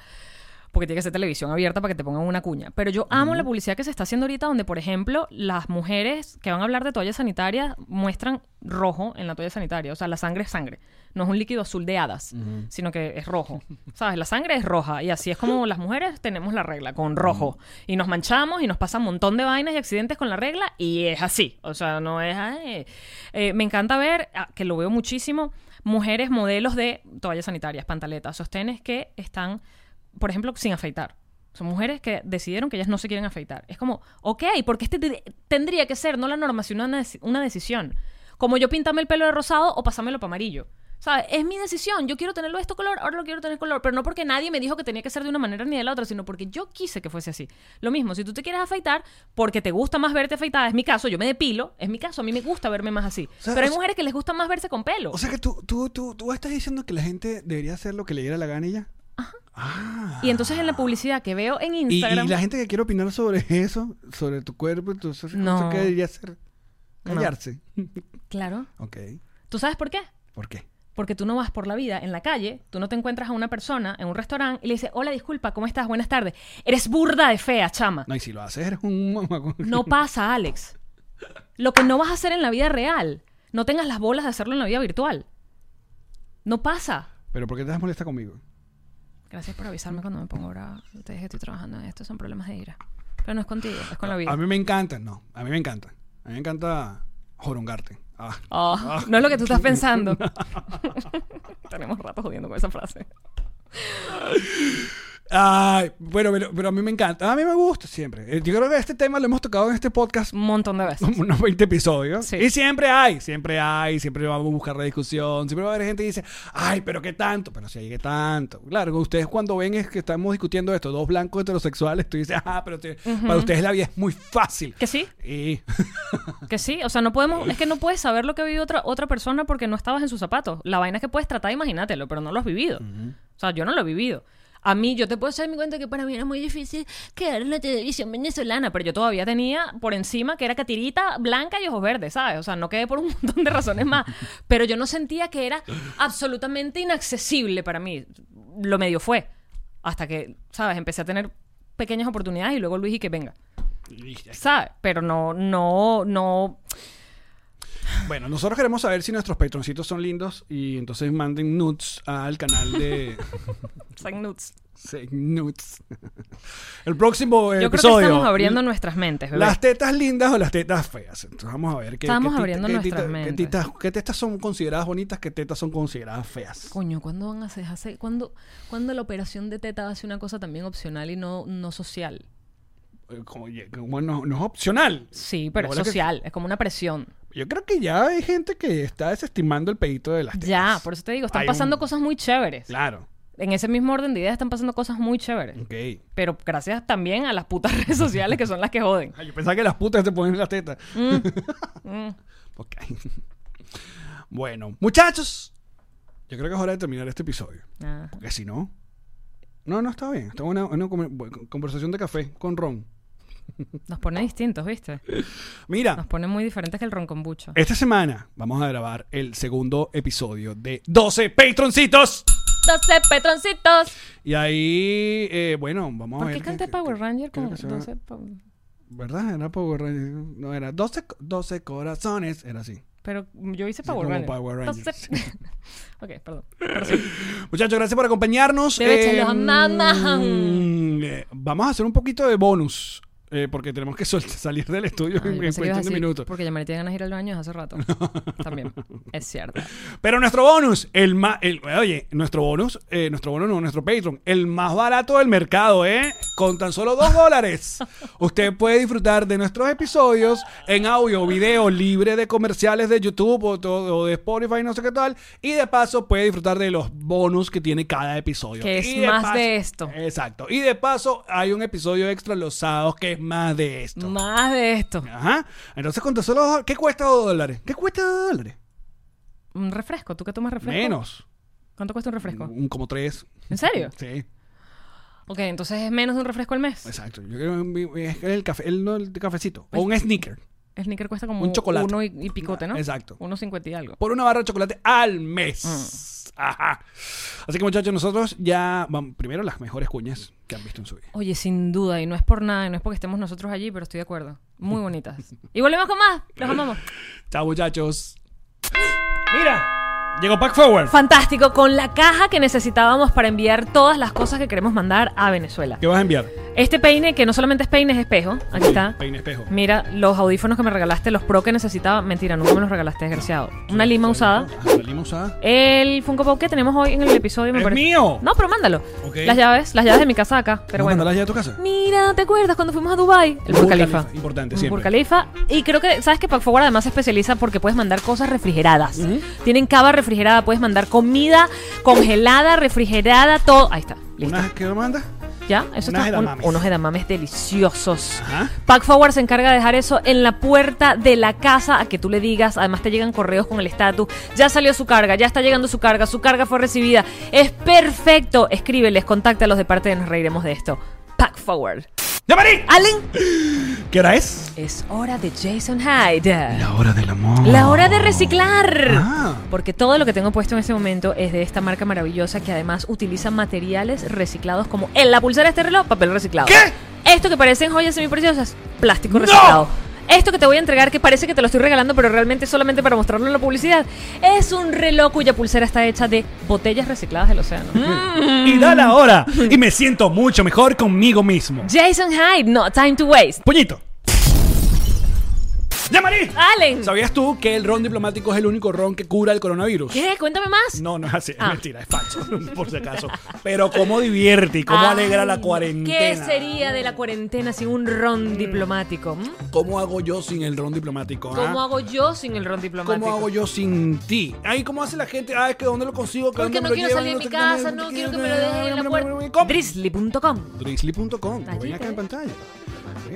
S1: porque tiene que ser televisión abierta para que te pongan una cuña. Pero yo amo la publicidad que se está haciendo ahorita, donde, por ejemplo, las mujeres que van a hablar de toallas sanitarias muestran rojo en la toalla sanitaria. O sea, la sangre es sangre. No es un líquido azul de hadas, sino que es rojo. ¿Sabes? La sangre es roja. Y así es como las mujeres tenemos la regla, con rojo. Y nos manchamos y nos pasan un montón de vainas y accidentes con la regla. Y es así. O sea, no es. "Ay". Eh, me encanta ver, ah, que lo veo muchísimo, mujeres modelos de toallas sanitarias, pantaletas, sostenes que están por ejemplo, sin afeitar. Son mujeres que decidieron que ellas no se quieren afeitar. Es como, ok, porque este te- tendría que ser, no la norma, sino una, deci- una decisión. Como yo pintarme el pelo de rosado o pasármelo para amarillo. ¿Sabes? Es mi decisión. Yo quiero tenerlo de este color, ahora lo quiero tener color. Pero no porque nadie me dijo que tenía que ser de una manera ni de la otra, sino porque yo quise que fuese así. Lo mismo, si tú te quieres afeitar porque te gusta más verte afeitada, es mi caso, yo me depilo, es mi caso, a mí me gusta verme más así.
S2: sea,
S1: Pero
S2: o
S1: hay
S2: sea-
S1: mujeres que les gusta más verse con pelo.
S2: O sea que tú, tú, tú, tú estás diciendo que la gente debería hacer lo que le diera la gana y ya. Ah.
S1: y entonces en la publicidad que veo en
S2: Y,
S1: Instagram.
S2: y la gente que quiere opinar sobre eso, sobre tu cuerpo, y tus-
S1: No.
S2: ¿qué debería hacer?
S1: No.
S2: Callarse.
S1: Claro.
S2: Ok.
S1: ¿Tú sabes por qué?
S2: ¿Por qué?
S1: Porque tú no vas por la vida en la calle, tú no te encuentras a una persona en un restaurante y le dices, hola, disculpa, ¿cómo estás? Buenas tardes. Eres burda de fea, chama.
S2: No, y si lo haces, eres un mamagüey.
S1: No pasa, Alex. Lo que no vas a hacer en la vida real, no tengas las bolas de hacerlo en la vida virtual. No pasa.
S2: Pero ¿por qué te das molesta conmigo?
S1: Gracias por avisarme cuando me pongo brava. Ustedes que estoy trabajando en esto son problemas de ira. Pero no es contigo, es con la vida.
S2: A mí me encanta, no. A mí me encanta. A mí me encanta jorongarte. Ah.
S1: Oh, no es lo que tú estás pensando. Tenemos rato jodiendo con esa frase.
S2: Ay, bueno, pero, pero a mí me encanta. A mí me gusta siempre. Eh, Yo creo que este tema lo hemos tocado en este podcast
S1: Un montón de veces.
S2: como unos 20 episodios.
S1: Sí.
S2: Y siempre hay, siempre hay, siempre vamos a buscar la discusión, siempre va a haber gente que dice, ay, pero qué tanto, pero si hay que tanto. Claro, ustedes cuando ven es que estamos discutiendo esto, dos blancos heterosexuales, tú dices, ah, pero te- para ustedes la vida es muy fácil.
S1: ¿Que sí?
S2: Y
S1: Que sí, o sea, no podemos, es que no puedes saber lo que vive otra, otra persona porque no estabas en sus zapatos. La vaina es que puedes tratar, de imagínatelo, pero no lo has vivido. O sea, yo no lo he vivido. A mí, yo te puedo hacer mi cuenta que para mí era muy difícil quedar en la televisión venezolana, pero yo todavía tenía por encima que era catirita blanca y ojos verdes, ¿sabes? O sea, no quedé por un montón de razones más, pero yo no sentía que era absolutamente inaccesible para mí. Lo medio fue. Hasta que, ¿sabes? Empecé a tener pequeñas oportunidades y luego Luis y que venga, ¿sabes? Pero no, no, no,
S2: bueno, nosotros queremos saber si nuestros patroncitos son lindos y entonces manden nudes al canal de
S1: Zack Nuts.
S2: Sex Nudes. El próximo
S1: Yo creo
S2: episodio.
S1: que estamos abriendo nuestras mentes, bebé.
S2: Las tetas lindas o las tetas feas. Entonces vamos a ver qué, qué
S1: Estamos
S2: tita-
S1: abriendo
S2: qué
S1: nuestras
S2: tita- qué
S1: mentes.
S2: titas- qué tetas son consideradas bonitas, qué tetas son consideradas feas.
S1: Coño, ¿cuándo van a hacer? hacer- ¿cuándo, cuándo la operación de teta va a ser una cosa también opcional y no, no social?
S2: Eh, Como, como no, no es opcional.
S1: Sí, pero
S2: No,
S1: es
S2: la que-
S1: social. Es como una presión.
S2: Yo creo que ya hay gente que está desestimando el pedito de las tetas.
S1: Ya, por eso te digo, están
S2: Hay
S1: pasando
S2: un-
S1: cosas muy chéveres.
S2: Claro. Mm.
S1: En ese mismo orden de ideas están pasando cosas muy chéveres.
S2: Ok.
S1: Pero gracias también a las putas redes sociales que son las que joden. Mm.
S2: Ay, yo pensaba que las putas te ponen las tetas. Ok. Bueno, muchachos. Yo creo que es hora de terminar este episodio.
S1: Ah.
S2: Porque si no. No, no está bien. Estamos en una, una com- conversación de café con Ron.
S1: Nos pone distintos, ¿viste? Nos
S2: Mira,
S1: pone muy diferentes que el roncombucho.
S2: esta semana vamos a grabar el segundo episodio de 12 Patroncitos.
S4: 12 petroncitos.
S2: Y ahí, eh, bueno, vamos a
S1: ¿Por
S2: ver.
S1: qué
S2: qué-
S1: canta
S2: qué-
S1: Power
S2: qué-
S1: Ranger
S2: qué es
S1: con
S2: lo que se va-
S1: 12 pa-
S2: ¿Verdad? Era Power Ranger. No, era 12, co- 12 corazones. Era así.
S1: Pero yo hice
S2: Sí,
S1: Power
S2: como
S1: Ranger.
S2: Power Rangers.
S1: Entonces- ok, perdón.
S2: Muchachos, gracias por acompañarnos.
S1: Bebés, se los
S2: mm, eh, vamos a hacer un poquito de bonus. eh, porque tenemos que sol- salir del estudio
S1: Ah, yo
S2: en
S1: pensé
S2: cuestión
S1: que ibas a
S2: de
S1: decir,
S2: minutos.
S1: Porque ya me tiene ganas de ir al baño desde hace rato. También. Es cierto.
S2: Pero nuestro bonus, el más. El, oye, nuestro bonus, eh, nuestro bonus no, nuestro Patreon, el más barato del mercado, ¿eh? Con tan solo dos dólares. Usted puede disfrutar de nuestros episodios en audio, video, libre de comerciales de YouTube o, to- o de Spotify, no sé qué tal. Y de paso, puede disfrutar de los bonus que tiene cada episodio.
S1: Que es
S2: Y
S1: más de esto.
S2: Exacto. Y de paso, hay un episodio extra los sábados que es más de esto.
S1: Más de esto.
S2: Ajá. Entonces, con tan solo dos dólares, ¿qué cuesta dos dólares? ¿Qué cuesta dos dólares?
S1: Un refresco. ¿Tú qué tomas refresco?
S2: Menos. Mm.
S1: ¿Cuánto cuesta un refresco?
S2: Un, como tres.
S1: ¿En serio?
S2: Sí,
S1: Ok, entonces es menos de un refresco al mes.
S2: exacto. Yo creo que un- es que el café, el, no, el cafecito. O un sneaker.
S1: El sneaker cuesta Pues, como
S2: Un chocolate.
S1: uno y, y picote, ¿no?
S2: Exacto.
S1: Uno cincuenta y algo.
S2: Por una barra de chocolate al mes.
S1: Mm.
S2: Ajá. Así que muchachos, nosotros ya vamos, primero las mejores cuñas que han visto en su vida.
S1: Oye, sin duda, y no es por nada, y no es porque estemos nosotros allí, pero estoy de acuerdo. Muy bonitas. y volvemos con más. Los amamos.
S2: Chao, muchachos. Mira, llegó Pack Forward.
S1: Fantástico, con la caja que necesitábamos para enviar todas las cosas que queremos mandar a Venezuela.
S2: ¿Qué vas a enviar?
S1: Este peine, que no solamente es peine, es espejo. Aquí está.
S2: Peine espejo.
S1: Mira, los audífonos que me regalaste, los pro que necesitaba. Mentira, nunca me los regalaste, desgraciado. Una lima usada.
S2: Ah, la lima usada.
S1: El Funko Pop que tenemos hoy en el episodio me
S2: ¡Es
S1: parece.
S2: mío!
S1: No, pero mándalo.
S2: Ok.
S1: Las llaves, las llaves de mi casa acá.
S2: ¿No
S1: Pero bueno.
S2: mandarás ya a tu casa?
S1: Mira, ¿te acuerdas cuando fuimos a Dubai? El Burj Khalifa.
S2: Importante,
S1: Burj
S2: siempre.
S1: Khalifa. Y creo que, ¿sabes que Pack Forward además se especializa porque puedes mandar cosas refrigeradas. Tienen cava refrigerada, puedes mandar comida congelada, refrigerada, todo. Ahí está. Listo.
S2: ¿Unas que lo mandas?
S1: Ya, eso
S2: Unas
S1: está. un-
S2: edamames.
S1: unos edamames deliciosos.
S2: Ajá.
S1: Pack Forward se encarga de dejar eso en la puerta de la casa a que tú le digas. Además, te llegan correos con el estatus. Ya salió su carga, ya está llegando su carga, su carga fue recibida. Es perfecto. Escríbeles, contáctalos de parte de Nos Reiremos de esto. Pack Forward.
S2: ¡Yamari!
S1: Allen,
S2: ¿Qué hora es?
S1: es hora de Jason Hyde.
S2: La hora del amor.
S1: La hora de reciclar.
S2: Ah.
S1: Porque todo lo que tengo puesto en este momento es de esta marca maravillosa que además utiliza materiales reciclados como en la pulsera de este reloj, papel reciclado.
S2: ¿Qué?
S1: Esto que parecen joyas semipreciosas, plástico reciclado. Esto que te voy a entregar, que parece que te lo estoy regalando, pero realmente es solamente para mostrarlo en la publicidad, es un reloj cuya pulsera está hecha de botellas recicladas del océano.
S2: Mm. Y da la hora. Y me siento mucho mejor conmigo mismo.
S1: Jason Hyde, no time to waste.
S2: Puñito. ¡Yamari!
S1: Allen,
S2: ¿Sabías tú que el ron diplomático es el único ron que cura el coronavirus?
S1: ¿qué? Cuéntame más.
S2: No, no es así, es
S1: Ah.
S2: mentira, es falso, por si acaso. Pero cómo divierte y cómo alegra la
S1: Ay,
S2: cuarentena.
S1: Ah, ¿Qué sería de la cuarentena sin un ron diplomático? ¿Mm?
S2: ¿Cómo hago yo sin el ron diplomático? ah?
S1: ¿Cómo hago yo sin el ron diplomático?
S2: ¿Cómo hago yo sin ti? Ay, ¿cómo hace la gente? Ah, es que ¿dónde lo consigo? ¿Que
S1: Porque
S2: dónde
S1: no
S2: me lo
S1: quiero
S2: llevan?
S1: salir de mi
S2: sé qué,
S1: casa,
S2: sé
S1: no
S2: qué,
S1: quiero que me lo dejen en la puerta.
S2: ¿Cómo?
S1: Drizzly.com.
S2: Drizzly.com.
S1: Allí
S2: Ven acá
S1: te-
S2: en pantalla. Ahí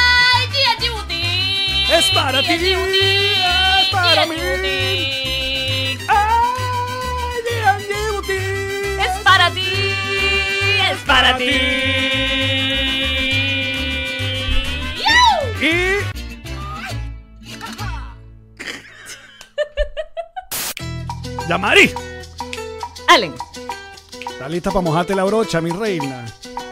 S4: Gia Beauty!
S2: Es para ti,
S4: Gia Beauty,
S2: es para
S4: Gia
S2: mí.
S4: Beauty.
S2: ¡Ay, G&G Boutique!
S4: Es para ti, es para ti. ¡Yuhu!
S2: Y. ¡Yamari!
S1: Allen,
S2: ¿Estás lista para mojarte la brocha, mi reina?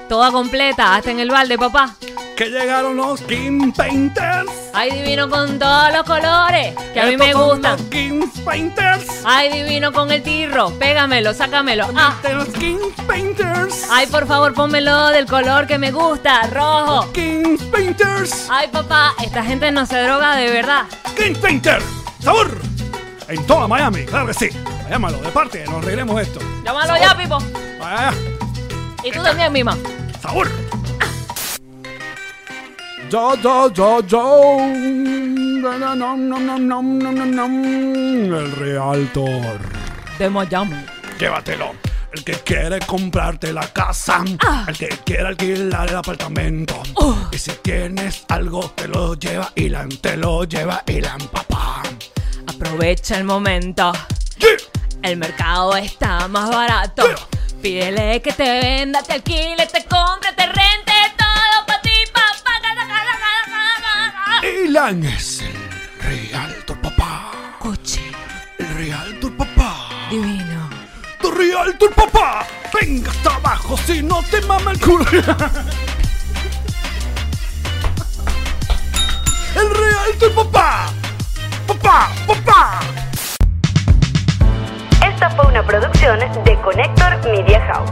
S1: toda completa, hasta en el balde, papá.
S2: Que llegaron los King Painters.
S1: Ay, divino con todos los colores que a mí
S2: Estos
S1: me
S2: son
S1: gustan.
S2: Los Kings Painters.
S1: Ay, divino con el tirro. Pégamelo, sácamelo. Ah.
S2: De los Kings Painters.
S1: Ay, por favor, pónmelo del color que me gusta, rojo.
S2: Kings Painters.
S1: Ay, papá, esta gente no se droga de verdad.
S2: King Painter. Sabor. En toda Miami, claro que sí. Llámalo, de parte, nos arreglemos esto.
S1: Llámalo ya, Pipo.
S2: Ah,
S1: Y tú también, Mima.
S2: sabor. Yo, yo, yo, yo. Nom, nom, nom, nom, nom, nom, nom. El Realtor.
S1: De Miami.
S2: llévatelo. El que quiere comprarte la casa, el que quiere alquilar el apartamento. Y si tienes algo, te lo lleva Ilan, te lo lleva Ilan, papá.
S1: Aprovecha el momento.
S2: Yeah.
S1: El mercado está más barato. Pídele que te venda, te alquile, te compre, te rente todo para ti, papá.
S2: Ilan es el realtor, papá.
S1: Cuchi,
S2: El realtor, papá.
S1: divino.
S2: Tu realtor, papá. Venga hasta abajo si no te mama el culo. El realtor, papá. Papá, papá.
S3: Esta fue una producción de Connector Media House.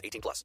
S5: 18 plus.